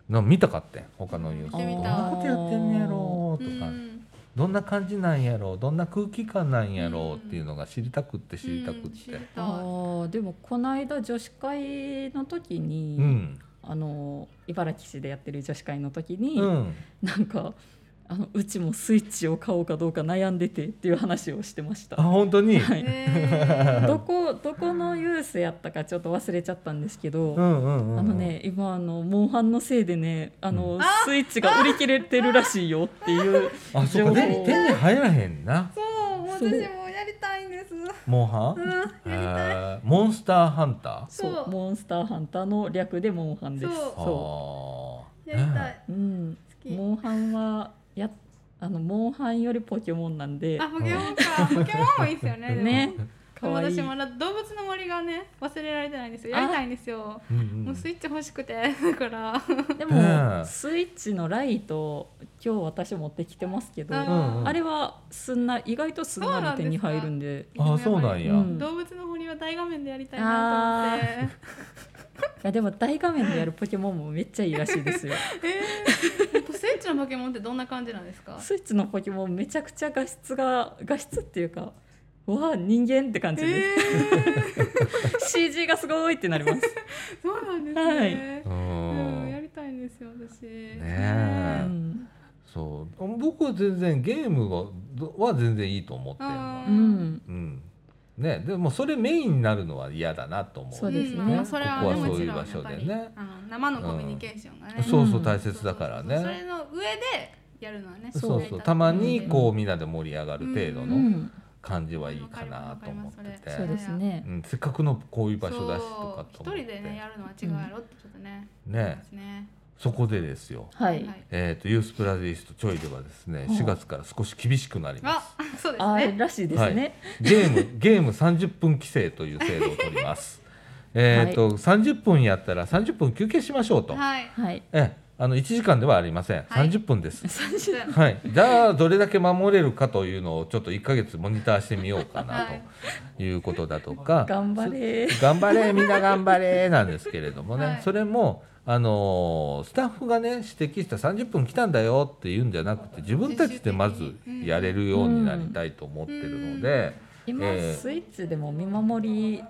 なんか見たかってん他のユース
行ってみ
どん
た
なことやってんねやろうとか、
うん
どんな感じなんやろうどんな空気感なんやろうっていうのが知りたくって知りたくっ
うん知
て
り
ー
たい
あーでもこの間女子会の時に、
うん
あの茨城市でやってる女子会の時に、
うん
なんかあのうちもスイッチを買おうかどうか悩んでてっていう話をしてました
あ。本当に
はい
へ
どこどこのユースやったかちょっと忘れちゃったんですけど、
うんうんうん
あのね今あのモンハンのせいでねあの、
う
スイッチが売り切れてるらしいよって いう
あそこ
情報
ね手に入らへんな
ーそう私もやりたいんです
モンハ
うん
ン、
やりたい
えーモンスターハンター
そ
そう
うモンスターハンターの略でモンハンです。
そう
そ
あー
やりた
ね
い。
ううん、
好き。
モンハンはやあのモンハンよりポケモンなんで
あ、ポケモンか。ポケモンもいいですよね。でも
ね。
で
可
も
愛い
私まだ動物の森がね、忘れられてないんですよ。やりたいんですよ。
うんうん
もうスイッチ欲しくて、だから。
で
ねえ
もスイッチのライト今日私持ってきてますけど、
あ
うんうん
あれはすんな意外とすんなり手に入るんで
あそうなんや、
うん
動物の森は大画面でやりたいなと思っ
いやでも大画面でやるポケモンもめっちゃいいらしいですよ
て。 えー、スイッチのポケモンってどんな感じなんですか。
スイッチのポケモンめちゃくちゃ画質が画質っていうかわあ人間って感
え
じで
ー、
す、CG がすごいってなります
そうなんですね。うん、
う
や
ん
りたいんですよ、私。ね
う
え
ん、
そう僕は全然ゲームはは全然いいと思ってんの
あ
う
ー
ん、
うんね、でもそれメインになるのは嫌だなと思う
そうですね
んまあそれはね
ここ
も
はそう
ち
いう
ろん
場所でね
やっぱりあの生のコミュニケーションがね。
そうそう
うん
大切だからね、
そうそうそうそれの上でやるのはね
そう
そう
そうたまにこうみんなで盛り上がる程度
う
の
ん、
感じはいいかなと思ってて、
わか
そう
りま
う
ですね、
ん、せっかくのこういう
う
場所だしとかと
そう
思っ
一人
て
でねやるのは違うやろってちょっとね、
ね
ですね
そこでですよ、
はい、
えー、とユースプラディストちょいではですね
ほう
4月から少し厳しくなりま
あ
す
そうです
あ
ね
ーらしいですね、
ゲームゲーム30分規制という制度を取ります えーと、30分やったら30分休憩しましょうと、
はい
はい
ええあの1時間ではありません、
はい
30分です
三十
はい、じゃあどれだけ守れるかというのをちょっと1ヶ月モニターしてみようかな
はい
ということだとか
頑張れ
す頑張れみんな頑張れなんですけれどもね、
はい
それも、あのースタッフがね指摘した30分来たんだよっていうんじゃなくて自分たちでまずやれるようになりたいと思ってるので、
今、
えー
スイッチでも見守り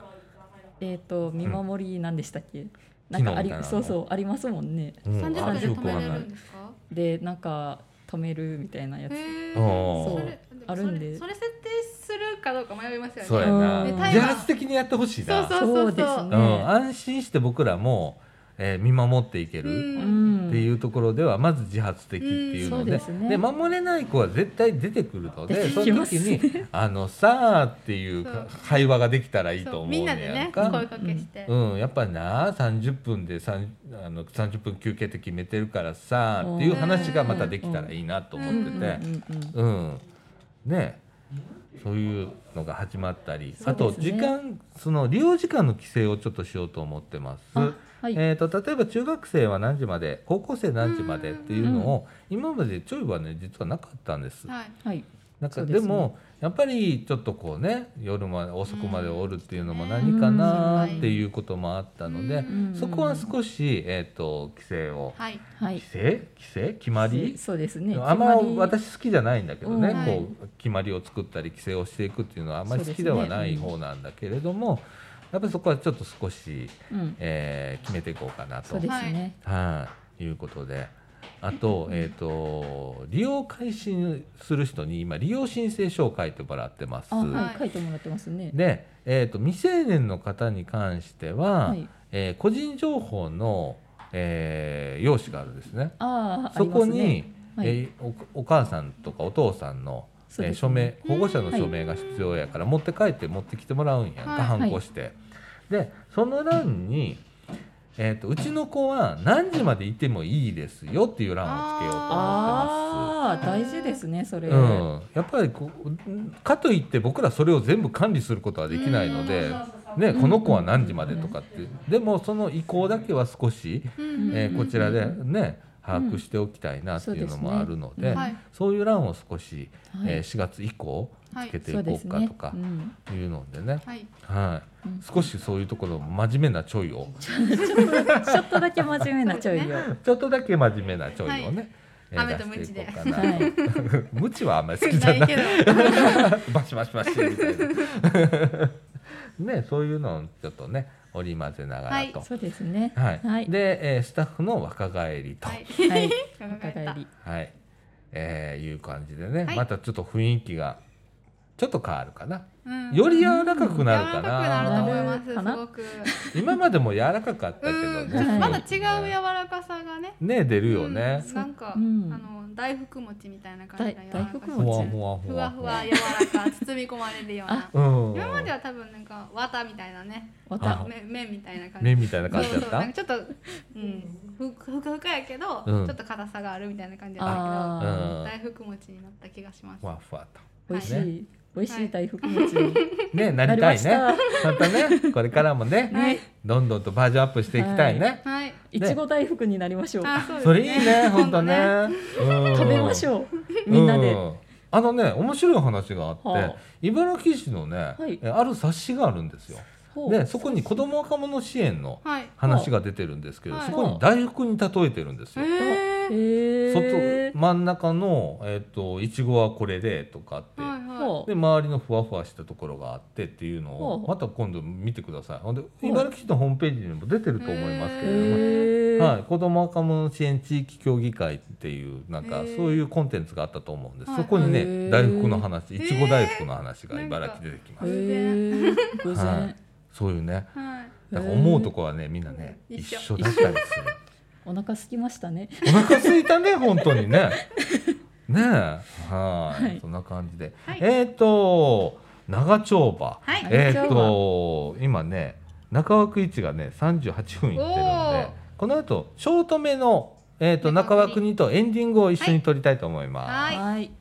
えっ、と見守りなんでしたっけ、な
機
ん
能
か
み
あり
たいなの
そうそうありますもんね
うん
30分で
よく
止
わかん
めれ
な
る
い
んですか
でなんか止めるみたいなやつ、
へー
おー
それも
あるんで
それそれ設定するかどうか迷いますよね
そうやな
うん
自発的にやってほしいな
そうそう
そうです
う
ね
ん、安心して僕らも、ええー見守っていける
ん
っていうところではまず自発的っていうので,、
うんそうですね
で守れない子は絶対出てくるので
出
そ
てき
の
ます
時
ね
に「あのさあ」っていう
そう
会話ができたらいいと
そう
思う
みんなで
や
ね
か
声かけして、
うん、やっぱな30分でさんあの30分休憩って決めてるからさ
うん
っていう話がまたできたらいいなと思って
うんうん
て、
う
う
ん
ん、ねそういうのが始まったり、
そ
あ
うで
と
すね
時間その利用時間の規制をちょっとしようと思ってます。
あはい、
えー、と例えば中学生は何時まで高校生何時までっていうのを今までちょいはね実はなかったんです。
はい
はい、
なんか
そう
で
ですね
もやっぱりちょっとこうね夜まで遅くまでおるっていうのも何かなっていうこともあったので、
うん
そこは少し、えー、と規制を、
はい
はい
規制規制決まり
そうですね
あんま
決り
私好きじゃないんだけどね、
うん
こう決まりを作ったり規制をしていくっていうのはあんまり好きではない方なんだけれども、やっぱりそこはちょっと少し、
うん、
えー決めていこうかなと
そうですね、
はい、いうことで。あ と、えっ、と、利用開始する人に今利用申請書を書いてもらってます。
あ
は
はいい書いてもらってますね
で、えっ、と、未成年の方に関しては、
はい
えー個人情報の、えー、用紙があるんですね。
ああ
そこに、
ありますねはい
えーおお母さんとかお父さんの、
そう
えー
です
署
ね
名保護者の署名が必要やから、持って帰って持ってきてもらうんやんか、
はい
反抗して、でその欄に、えーと「うちの子は何時までいてもいいですよ」っていう欄をつけようと思ってます。
ああ大事ですねそれ、
うん、やっぱりこうかといって僕らそれを全部管理することはできないので、ね、この子は何時までとかってでもその意向だけは少し、
うん
えーこちらでね把
う
握
ん
しておきたいなっていうのもあるの
そうです
で
ね
はい
そういう欄を少し、
はい
えー4月以降
はい
つけてい
そうで
こ
す
うか
ね
とか
うん
いうのでね、
はい
はい
うん
少しそういうところ真面目なちょいを
ちょっとだけ真面目なちょい を。
ちょっとだけ真面目なちょいをね、えー
雨と鞭
出して
で
いこうかな。
はい、
ムチはあんまり好きじゃない
な
い
けどは
バシバシバシみたいな。 ね、そういうのをちょっとね、織り交ぜながらと。
そうですね。
はい。
はい
で、えースタッフの若返りと。はいい。
はい、
伺
若
え
返
た
り。
えーいう感じでね、
はい
またちょっと雰囲気が。ちょっと変わるかな。
うん
より柔らかくなるか
柔らかくなると
な。
思います
かな
すごく
今までも柔らかかったけど
うん
ね。
はい
まだ違う柔らかさがね
ね、出るよね
う。んなんか、
うん
あの大福餅みたいな感じの柔ら
大
かさ
大福
ふわ
餅
ふわ
ふ
ふわ
わふわ柔らか包み込まれるような
うん。
今までは多分なんか綿みたいなね
ま
あ
た。
め麺みたいな感じ
目みたいな感じだ
そ
っ
うそう
た
なん。かちょっと、うん、ふふかふかやけど、
うん
ちょっと硬さがあるみたいな感じだったけ
あ
ああ、
ど大福餅になった気がします
ふわふわと。
美味し
はい
い。美味しい大福餅に
ね、な
な
り
り
た
ま
い
し
ね。
た。
またね、これからもね、
はい
どんどんとバージョンアップしていきたいね。
はい
いちご大福になりましょう。
あそうです
それいいね、本当ね。うん
食べましょう。みんな
う
で。
んあのね、面白い話があって、
はあ
茨城市のね、
い
えある冊子があるんですよ。
ほう
で、そこに子ども若者支援の
はい
話が出てるんですけど、
はあ
そこに大福に例えてるんです
え
よ。
ー、
へえ
外。真ん中のえっ、といちごはこれでとかって、
はいは
ほう
で周りのふわふわしたところがあってっていうのを
ほう
また今度見てください。ほんで茨城市のホームページにも出てると思いますけれども、
へえ。
はい、子ども若者支援地域協議会っていうなんか
へー
そういうコンテンツがあったと思うんです、
はい
そこにね
へー
大福の話いちご大福の話が
へー
茨城出てきます、
なんか
へえ。
は
偶
い
然。、
そういうね
いはい
だから思うとこはねみんなね
一
一
緒
緒だったり
お腹空きましたね。
するお腹すいた ね本当にねねえはい、
はい
そんな感じで、
はい
えっ、と長丁場
はい
えっ、と今ね中枠市がね38分いってるん
おー
でこの後ショート目の、えー、と中
中枠
枠にとエンディングを一緒に撮りたいと思います。
はい
はい。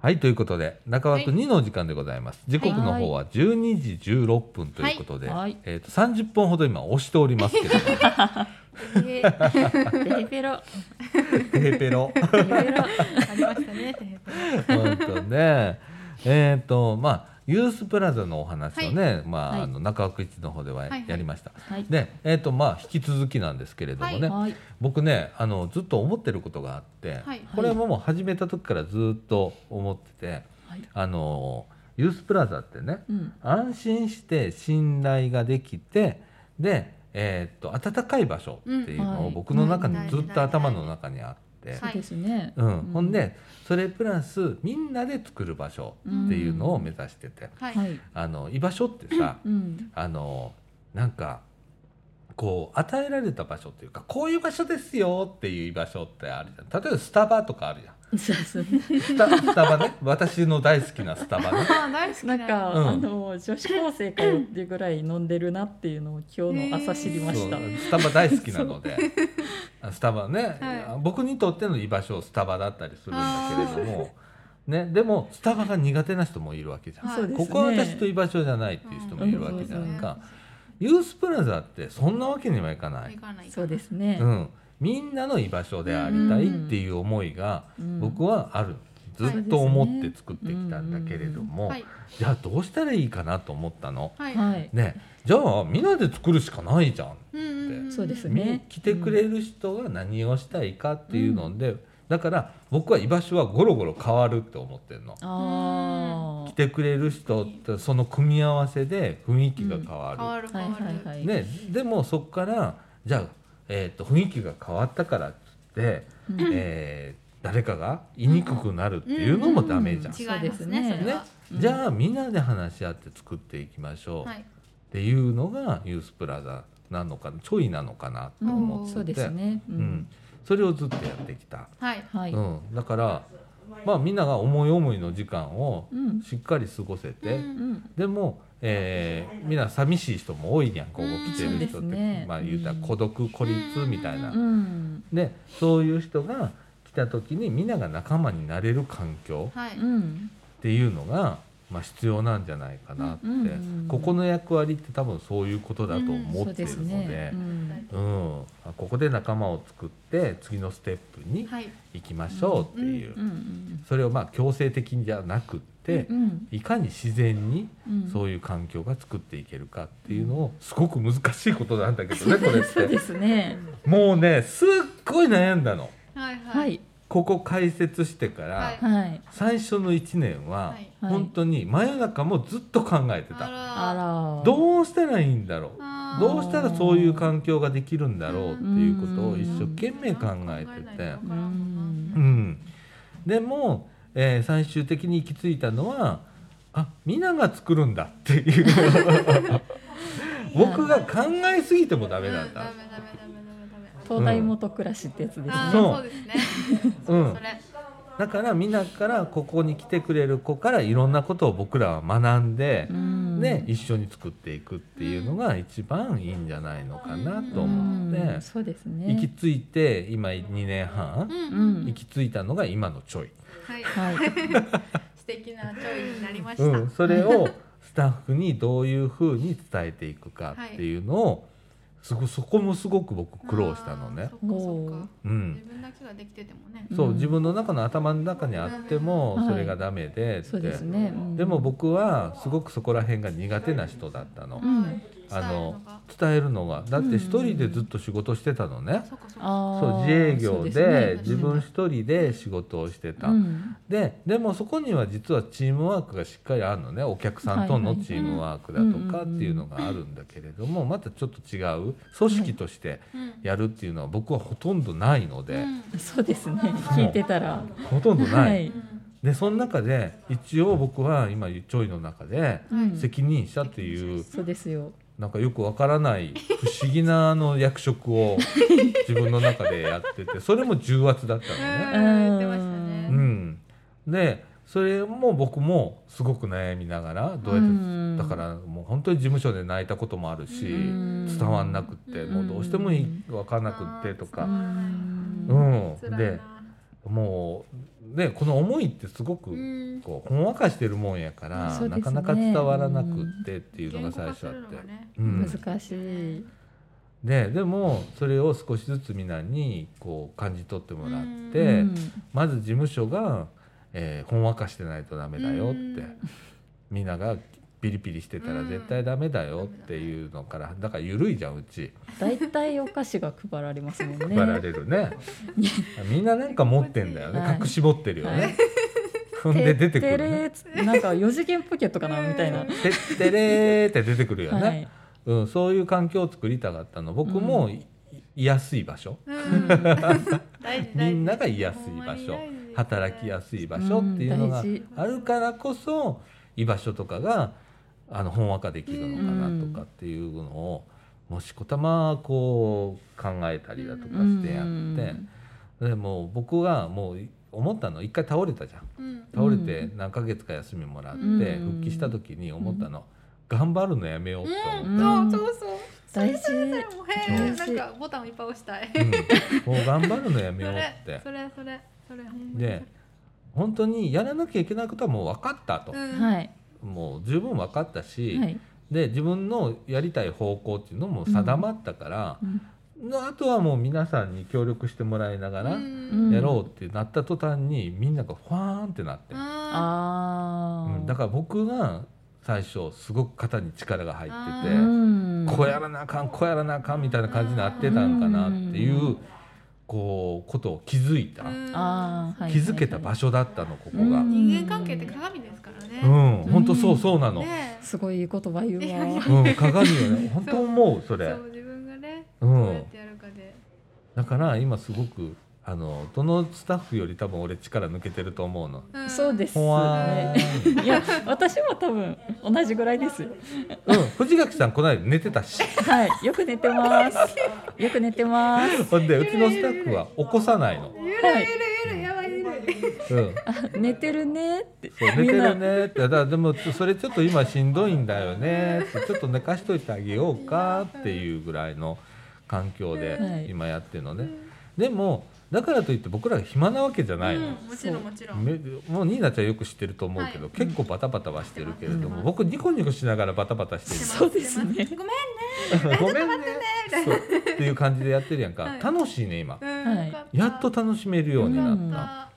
はい、ということで、中枠
は
2の時間でございます。時刻の方は12時16分ということで、
はい
えっ、と、30分ほど今押しておりますけども、
えー、
ペペロ。
ペロペロ。
ペペロ。
ありましたねテープ
本当ね。えっ、と、まあ、ユースプラザのお話をね、まあ、
はい
あの中枠市の方では
はいはい
やりました。
はい。
で、えっ、と、まあ、引き続きなんですけれどもね、
はい。
僕ね、あの、ずっと思ってることがあって、
はい
これはもう始めた時からずっと思ってて、
はい。
あの、ユースプラザってね、
うん。
安心して信頼ができてで、えーっと暖かい場所っていうの
う
を
ん
僕の中
は
に
い
ずっと頭の中にあって、
はい
そうですね。
うん、ほんでそれプラスみんなで作る場所っていうのを目指してて、
はい
はい。
あの居場所ってさ
うん。
あのなんかこう与えられた場所っていうかこういう場所ですよっていう居場所ってあるじゃん例えばスタバとかあるじゃん
そうそう。
ス タスタバね私の大好きなスタバね
あー大好き
なんか、
うん
あの女子高生かよっていうぐらい飲んでるなっていうのを今日の朝知りま
そ
し
う
た。
スタバ大好きなのであスタバね、
は
僕にとっての居場所スタバだったりするんだけれども、ね、でもスタバが苦手な人もいるわけじゃん、
はい
そうですね。
ここは私と居場所じゃないっていう人もいるわけじゃんか、ユースプラザってそんなわけにはいかない、
そうですね
う。ん、みんなの居場所でありたいっていう思いが
うん
僕はある、
うん
ずっと思って作ってきたんだけれども、
はい
じゃあどうしたらいいかなと思ったの。
はい、
はい。
ね、じゃあみんなで作るしかないじゃん
うんうんんん
そうですね
み来てくれる人が何をしたいかっていうので、だから僕は居場所はゴロゴロ変わるって思ってるの。
あ
来てくれる人とその組み合わせで雰囲気が変わる。
変わる
あ。は
変
い
わる、
はいはい。
ね、でもそこからじゃあ、えー、と雰囲気が変わったからっつって、
うん
えー誰かが言いにくくなるっていうのもダメじゃん。
うん
違いますね
そうですね
それ
ね
は、
うん
じゃあみんなで話し合って作っていきましょう。
はい
っていうのがユースプラザなのかちょいなのかなと思ってて
そうですね。う
うんん。、それをずっとやってきた、
はい
はい。う
うん、だからまあみんなが思い思いの時間を
ん。
しっかり過ごせて、
うん
うん。
でも、えー、みんな寂しい人も多いやんここ来てる人っ
うんそう
て、
ですね
まあ言うたら孤独孤立みたいな、
うん。、
でそういう人が来た時にみんなが仲間になれる環境
はいう
ん。
っていうのが、まあ、必要なんじゃないかなって、
うんうん
ここの役割って多分そういうことだと思
そう
ってい
で
る
す
ので。
ね。うん
うん、ここで仲間を作って次のステップに
はい
行きましょうっていう、
うんうん
それをまあ強制的じゃなくって、
うん。
いかに自然に
うん。
そういう環境が作っていけるかっていうのをすごく難しいことなんだけど ねこれっ
そうで
て
すね。
もうねすっごい悩んだの
はい
は、い。
ここ開設してから、
はい
はい。
最初の1年は
はい
本当に真夜中もずっと考えてた、
あら
あら。
どうしたらいいんだろう
あー
どうしたらそういう環境ができるんだろうっていうことを一生懸命考えてて、
うん
うん
うん、でも、えー最終的に行き着いたのはあみんなが作るんだっていう 僕が考えすぎてもダメなん
ダ
だ
メ、ダメダメダメダメ
東大元暮らしってやつですね。
あー
そう
そうですね
うん
そ、れ
だからみんなからここに来てくれる子からいろんなことを僕らは学んで、
うん
ね、一緒に作っていくっていうのが一番いいんじゃないのかなと思って、
うんそうですね。
行き着いて今2年半
う、ん
うん
行き着いたのが今のちょい。
はい
はい。
素敵なチョイになりました、
うん、それをスタッフにどういうふうに伝えていくかっていうのを、すごそこもすごく僕苦労したの
あー
ね
そ。っかそっか
う
自
ん
分だけができててもね
うん
そう自分の中の頭の中にあっても
はい
それがダメでって、
そうですね。うん
でも。僕はすごくそこら辺が苦手な人だったの
う。ん
はい
あの
伝
伝
えるが
えるのがだって一人でずっと仕事してたのね。
そっかそっか
あ
そう
ー
自営業で
そうですね
自分一人で仕事をしてた、
うん
ででもそこには実はチームワークがしっかりあるのねお客さんとのチームワークだとか
はいはい
っていうのがあるんだけれどもまたちょっと違う組織として
うん
やるっていうのは僕はほとんどないので、
うん
そうですね。聞いてたら。
ほとんどない。
はい
でその中で一応僕は今ちょいの中で
うん
責任者っていう
そうですよ。
なんかよくわからない不思議なあの役職を自分の中でやっててそれも重圧だったのね。
うん言ってましたね
う。ん、でそれも僕もすごく悩みながらどうやって、
うん
だからもう本当に事務所で泣いたこともあるし、
うん
伝わんなくって、
うん
もうどうしてもいい分からなくってと
う
か、
ん
うん
辛い
で
な
もうねこの思いってすごく、
うん
こうほんわかしてるもんやから、
そう
な
です
か
ね
なか伝わらなくってっていうのが最初あっ
言語化するの
て
が。ね
うん
難しい。
ででもそれを少しずつみんなにこう感じ取ってもらって、
うん
まず事務所が、えーほんわかしてないとダメだよって、
うん
みんながピリピリしてたら絶対ダメだよっていうのから、だから緩いじゃんうち
だいたいお菓子が配られますもんね。
配られる ねみんななんか持ってんだよね、
はい
隠し持ってるよ
は
ね
い、
踏んで出てくる
てれ
ね
ーつなんか四次元ポケットかなみたいな。
てってれーって出てくるよね、
はい。
うん、そういう環境を作りたかったの僕も
うん
い居やすい場所
うん、大事
みんなが居やすい場所働きやすい場所っていうのが
うん大事
あるからこそ居場所とかがあの本かできるのかなとかっていうのを、もしこたまこう考えたりだとかしてやって、でもう僕はもう思ったの一回倒れたじゃん
うん
倒れて何ヶ月か休みもらって、
うん
復帰した時に思ったの、頑張るのやめようと思った。
ん
うん、そうそうそう
大事
もうへー
そ
な
うん
かボタンをいっぱい押したい
うんもう頑張るのや
そ
めよう
れ
って
それそれそれほんまに
で本当にやらなきゃいけないことはもう分かったと
う、ん
はい
もう十分分かったし、
はい
で自分のやりたい方向っていうのも定まったから、あとはもう皆さんに協力してもらいながら
うん
やろうってなった途端にみんながファーンってなって、
あ
あ
うん
あ
だから僕が最初すごく肩に力が入ってて、
ら
うん
こうやらなあかんこうやらなあかんみたいな感じになってたんかなっていう、
うん
こうことを気づいた、
あーはい
気づけた場所だったのここが。
うん
人間関係って鏡ですからね、
うん、本当そうそうなの。
ねえ
すごいいい言葉言
いうやい
わ
や
うん、鏡よね。本当思うそれ
そ。う自分がね
う
どうやっ
ん。
てやるかで、
だから今すごくあのどのスタッフより多分俺力抜けてると思うの。
ん
そうです
ほわ
ね
ーん。
いや私も多分同じぐらいですよ
うん、藤垣さんこの間寝てたし。
はいよく寝て ますよく寝 てます
ほんでうちのスタッフは起こさないの。
ゆる
はい
ゆるゆるやばいゆる
うん。
あ寝てるねって
そう寝てるねってだからでもそれちょっと今しんどいんだよねってちょっと寝かしといてあげようかっていうぐらいの環境
はい
で今やってるのね、でもだからといって僕らが暇なわけじゃないの、
うんもちろんもちろん
めもうニーナちゃんよく知ってると思うけど、
はい
結構バタバタはしてるけれども、
うん
僕ニコニコしながらバタバタして
してます
そうですね
してますごめん
るごめんねそうっていう感じでやってるやんか、
はい
楽しいね今
うん
はい
よかた
やっと楽しめるようにな
うん
った、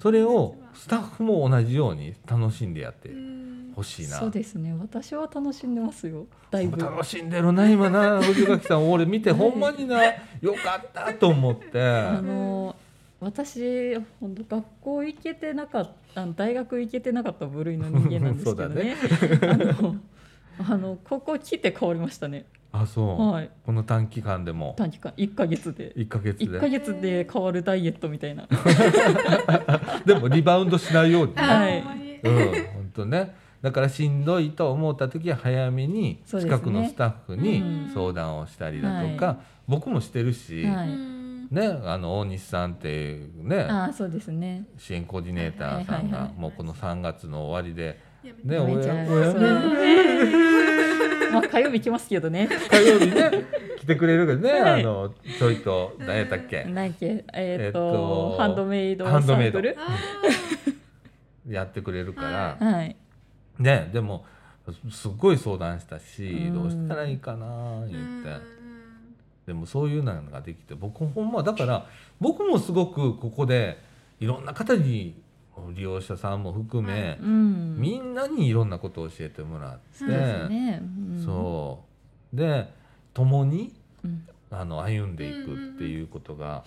それをスタッフも同じように楽しんでやって
うん
ほしいな、
そうですね私は楽しんでますよだいぶ
楽しんでるな今な藤垣さん俺見てほんまになよかったと思って
あの私本当学校行けてなかったあの大学行けてなかった部類の人間なんですけど ねあの あの高校来て変わりましたね
あそう、
はい
この短期間でも
短期間1ヶ月で
1ヶ月
1ヶ
で
月で変わるダイエットみたいな
でもリバウンドしないようにね、
あ
は
ー
い
ほんまに
うん本当ねだからしんどいと思った時は早めに
そうです
近
ね
くのスタッフ
う
に
ん
相談をしたりだとか、
はい
僕もしてるし、
はい
うん
ね、あの大西さんっていうね
ああそうですね
支援コーディネーターさん
はいはい
が
はい
もうこの3月の終わりで
やめて
ね
や
お
めち
や
ゃう
おや
そ
め
う
うん
まあ火曜日来ますけ どね
火曜日ね 来てくれるけどね、
はい
あのちょいと何やったっけ、
何やっけえ
え
っ
っ
と
と
ハンドメイド
ハンドメイ
サ
ド
ンプル
あ
やってくれるから、
はい
ねでもすっごい相談したし、
うん
どうしたらいいかな
ー
言って、
うん
でもそういうのができて僕ほんまだから僕もすごくここでいろんな方に利用者さんも含め、
うん
みんなにいろんなことを教えてもらって、
そうですねうん
そうで共に
うん
あの歩んでいくっていうことが、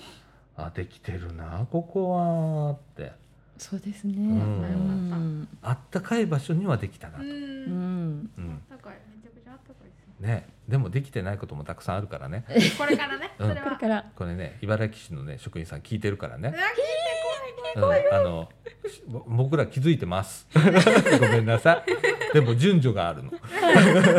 あできてるなここはって
そうですね
ん
うん
あったかい場所にはできたな
う
と、
うんん
う
あっ
ん
たかいめちゃくちゃあったかいです
ね、でもできてないこともたくさんあるからね
ねこれからねそ
うん
れ
これ
は
から
これね茨城市のね職員さん聞いてるからね
う、わ聞いて
うん、あのしぼ僕ら気づいてます ごめんなさいでも順序があるの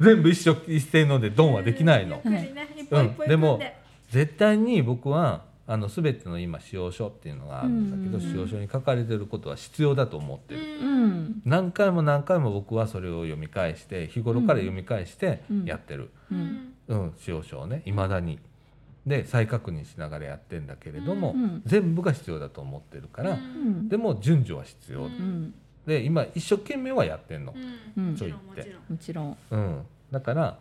全部一緒一斉のでドンはできないの
ゆっくりね一歩一歩
う
一歩
んでも
行くん
絶対に僕はあの全ての今使用書っていうのがあるんだけど、
うん
使用書に書かれてることは必要だと思って
う
る、
うんん
何回も何回も僕はそれを読み返して日頃から読み返して
うん
やってる、
う
うんん
うん使用書をねいまだに。で再確認しながらやってんだけれども、
うん
全部が必要だと思ってるから、
うん
でも順序は必要、
うん
うん
で今一生懸命はやってんの
う、ん
うん
もちろんもちろん
もちろん
うん、だから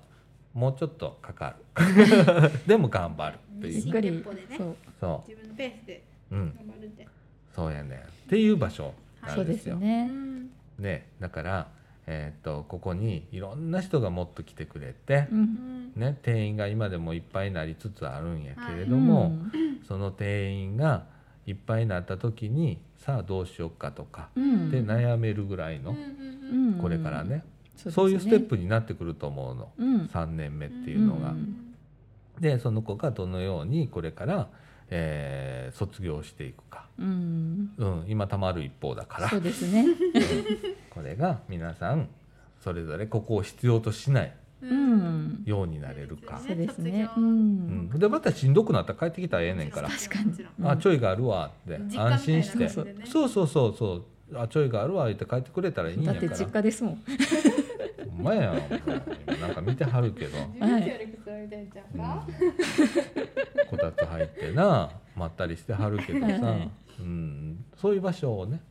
もうちょっとかかる でも頑張るって
ゆ
い
っ
う
く
新
り
店舗でね
そう
そ
自分のペースで
う、うん、
頑張るんで
そうやねんっていう場所な
そうんで
です
す
よ。
う
ね
ん
ねだから、えーっとここにいろんな人がもっと来てくれて
う、
うんん
ね、定員が今でもいっぱいになりつつあるんやけれども、その定員がいっぱいになった時にさあどうしようかとか
うん
で悩めるぐらいの、
うんうん
うん
これからね、そういうステッ
プ
プになってくると思うの、
うん
3年目っていうのが。
うん
でその子がどのようにこれから、えー卒業していくか、
うん
うん、今たまる一方だから
そうですね
これが皆さんそれぞれここを必要としないう
うんん
ようになれるか。
そうですね
卒
う
業
うん、
ん
でまたしんどくなったら帰ってきたらええねんから
も
「
ちろんもちろん
うん
あちょいがあるわ」って
実家
安心して
みた
そ
いな
う
感じでね
そうそうそうあちょいがあるわ言って帰ってくれたらいいんや
だっ
か
て
ら
実家ですもん
ほんまやん今なんか見てはるけど、
自分協力するみたいなちゃん
うん
が、
こたつ入ってなまったりしてはるけど
はいは
さ
い、
うん、そういう場所をね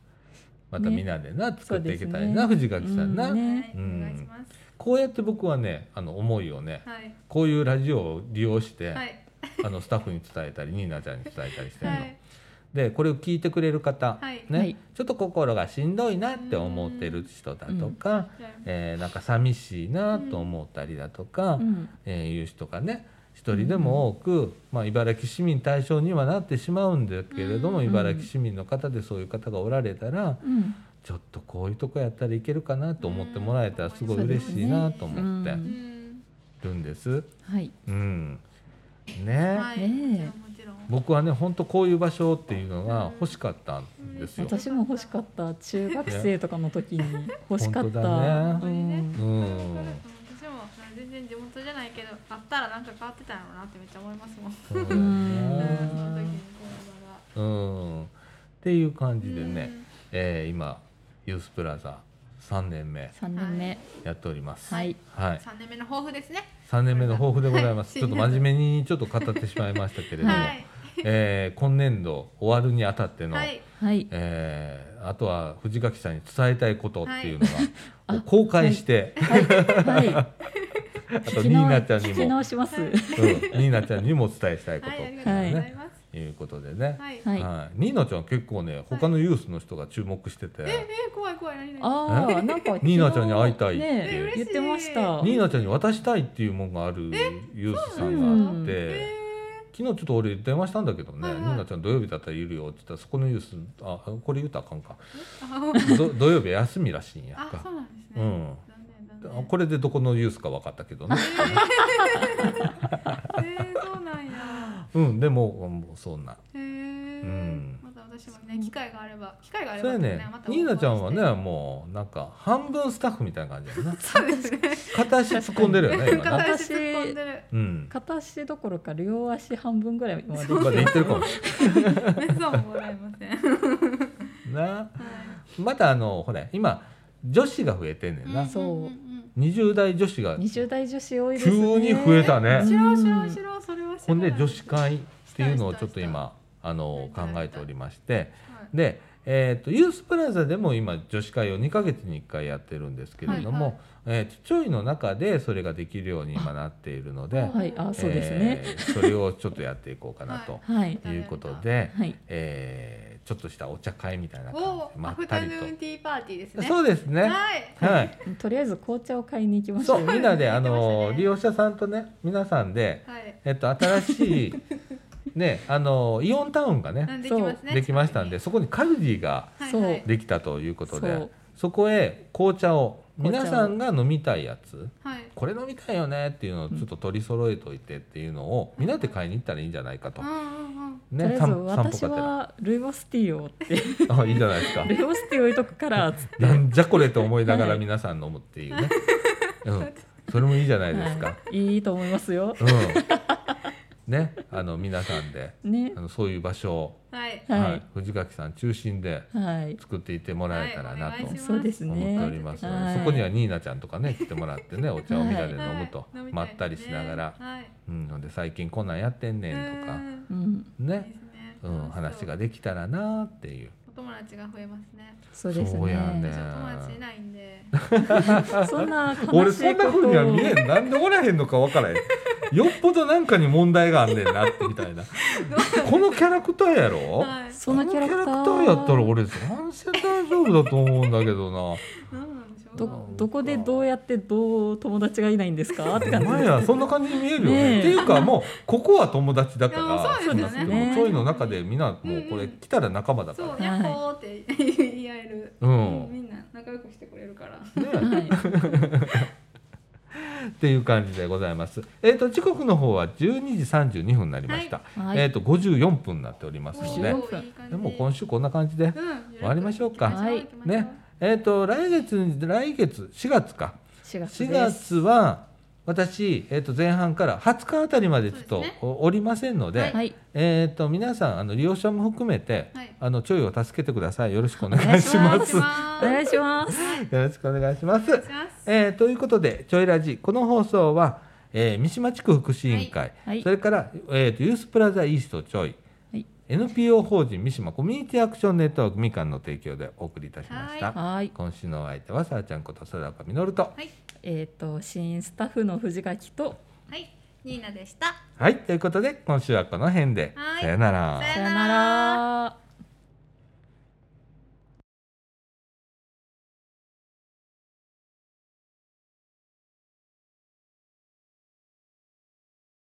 また
ね
みんなでな、作っていけたらいい
そ
な、
うで
藤垣さんな、
うんね
はい、
うん
お願いします
こうやって僕はねあの思いをね
はい
こういうラジオを利用して、
はい
あのスタッフに伝えたりニーナちゃんに伝えたりしてる
は
の。
い
でこれを聞いてくれる方、
はい
ね
はい
ちょっと心がしんどいなって思ってる人だとか、えーなんか寂しいなと思ったりだとか、
うん
えーいう人がね一人でも多く、まあ、茨城市民対象にはなってしまうんだけれども、
うん
茨城市民の方でそういう方がおられたら
うん
ちょっとこういうとこやったらいけるかなと思ってもらえたらすごい嬉しいなと思って
う
うんん
るんです。
はい
うんね、
はいもち
ね
ろんもちろん
僕はね本当こういう場所っていうのが欲しかったんですよ。
私も欲しかった中学生とかの時に欲しかっ
本当だ
た
ね
うん
うん
私も全然地元じゃないけどあったらなんか変わってたのなってめっちゃ思いますもん。
そうだよね
その時に
う
こ
んっていう感じで
の場が。
ね、えー今ユースプラザ3年目
三年目
やっております。
はい
はい
三年目の抱負ですね。
3年目の抱負でございます、
はい
ちょっと真面目にちょっと語ってしまいましたけれども、
はい
えー今年度終わるにあたっての、
はい
はい
えーあとは藤垣さんに伝えたいことっていうのが、
はい
もう公開して、
は
あ
い
とニーナちゃんに
聞き
も、
直します
は
う
い
ん、ニーナちゃんにもお伝えしたいこ
は
と
いありが
と、
とうござ
ね
います。
いうことでね、
はい。
はい
はいニーナちゃん結構ね他のユースの人が注目してて、
ええ怖い怖い何々。
ああなんか昨日
ニーナちゃんに会いたいって
ねえ言ってました
ニーナちゃんに渡したいっていうもんがあるユースさんがあって。
え
昨日ちょっと俺電話したんだけどね「
はい
ニ
はい
ーナちゃん土曜日だったらいるよ」って言ったらそこのユースあこれ言うたらあか んか
ー
ど土曜日休みらしいんやん
ああ
か
そうなんですね。
う
残
ん
念残
あ
念。
これでどこのユースか分かったけどね
ええそうなんや。
うんでももうそんな
ええ
ん
また私もね機会があれば機会があれ
そう
ば
や
です
ね
またお
ニ
会い
ー
して
ナちゃんはねもうなんか半分スタッフみたいな感じやな
そうですね。
片足突っ込んでるよね今 な
片足突っ込んで
う
る。
ん
片足どころか両足半分ぐらいまで
まだ言ってるかもし
めっそうもございません。はい。
れんなまたあのほら今女子が増えてんねんな、
そうん
ん
20代女子が
20代女子多いです
急
ね
に増えた
う
ね
ん。知らん知らん知らんそれは知らん。
ほんで女子会っていうのをちょっと今あの考えておりまして
はい。
で、えー、とユースプラザでも今女子会を2ヶ月に1回やってるんですけれども、
はいは
えーとちょいの中でそれができるように今なっているので
あ
はいあそうですね、
えーそれをちょっとやっていこうかなと
はい
いうことで、
はい
えーちょっとしたお茶会みたいな感
お
じでま
アフ
った
タ
り
ヌ
と
ーンティーパーティーですね。
そうですね。
はい。
はい
とりあえず紅茶を買いに行きまし
そ
ょ
う
う
みんなであ
言ってました
の
ね
利用者さんとね皆さんで
はい。
えっと、新しいねあのイオンタウンが
う
ね
んできますね。
できましたんでそこにカルディが
はい。
そう
はい。
できたということで
そ
そうこへ紅茶を
紅
皆
茶を
さんが飲みたいやつ
はい。
これ飲みたいよねっていうのをちょっと取り揃えといてっていうのをみんなで買いに行ったらいいんじゃないかと
うん。うん
とりあ
ね
えず
散歩
私
散歩が
はルイボスティー をって
てらあいいじゃないですか
ルイボスティー置いとくからつって
なんじゃこれと思いなが
は
ら
い
皆さん飲むっていうね、うん、それもいいじゃないですか、
はいいいと思いますよ
うんねあの皆さんで
ね
あのそういう場所を
うん。はい。
はい
はい、藤垣さん中心で
はい
作っていってもらえたらなと
はいお願いします
そうです
思っており
ね
ますので、
はい
そこにはニーナちゃんとかね来てもらってねお茶をみんなで飲
はい
むと、
飲み
ま
たいですね
ったりしながら、
はい。
うん、ほんで最近こんなんやってんねんと
う
か
ん
うん
いい
ね、
ですね
うん、話が。できたらなっていう
お友達が増えますね。
そうです
そうやね
私
ね
お友達いない んで。
そんな悲
俺
し
そ
い
ん
こ
な
と
風には
を
見えんなんでおらへんのかわからへんよっぽどなんかに問題があんねんなってみたいなこのキャラクターやろ、
はい。
そのキャラクター
このキャラクターやったら俺全然大丈夫だと思うんだけどな
なんなんでしょ
どどこでどうやってどう友達がいないんですかって感 じ
前はそんな感じに見えるよね
ねえ
っていうかもうここは友達だか
いや
ら
そうですよ
少な
ね
くともちょいの中でみんなもうこ
うんう
れ
ん
来たら仲間だか
そ
ら
う、やっほーって言い合える。
うん
みんな仲良くしてくれるから。
ね
はい、
っていう感じでございますえっ、と時刻の方は12時32分になりました、
はい
えっ、と54分になっておりますの
ね
で
おーいい感じ
でも今週こんな感じで
うん、
終わりましょうか
はい
はい
ね。えっ、と来月に来月4月か
4月
4
で
月
す。
は私、えー、と前半から20日あたりまでちょっ
そ
と
うですね
おおりませんので
はい
はい、
えー、と皆さんあの利用者も含めて、
はい
あのちょいを助けてくださいよろしくお願
お願
い
い
し
し
ま。
ますす
よ
お
は
願いします。
ろしくお願いしま
お願い
す
し。ます。
えーということでちょいラジこの放送は、えー三島地区福祉委員会、
はい
それから、えーとユースプラザイーストちょい、
はい
NPO 法人三島コミュニティアクションネットワークみかんの提供でお送りいたしました。
はい、
今週のお相手はさあちゃんこと空岡実と。
はい、
えっ、と新スタッフの藤垣と
はい、ニーナでした。
はいということで今週はこの辺で
はい
さよなら。
さ
さよなら。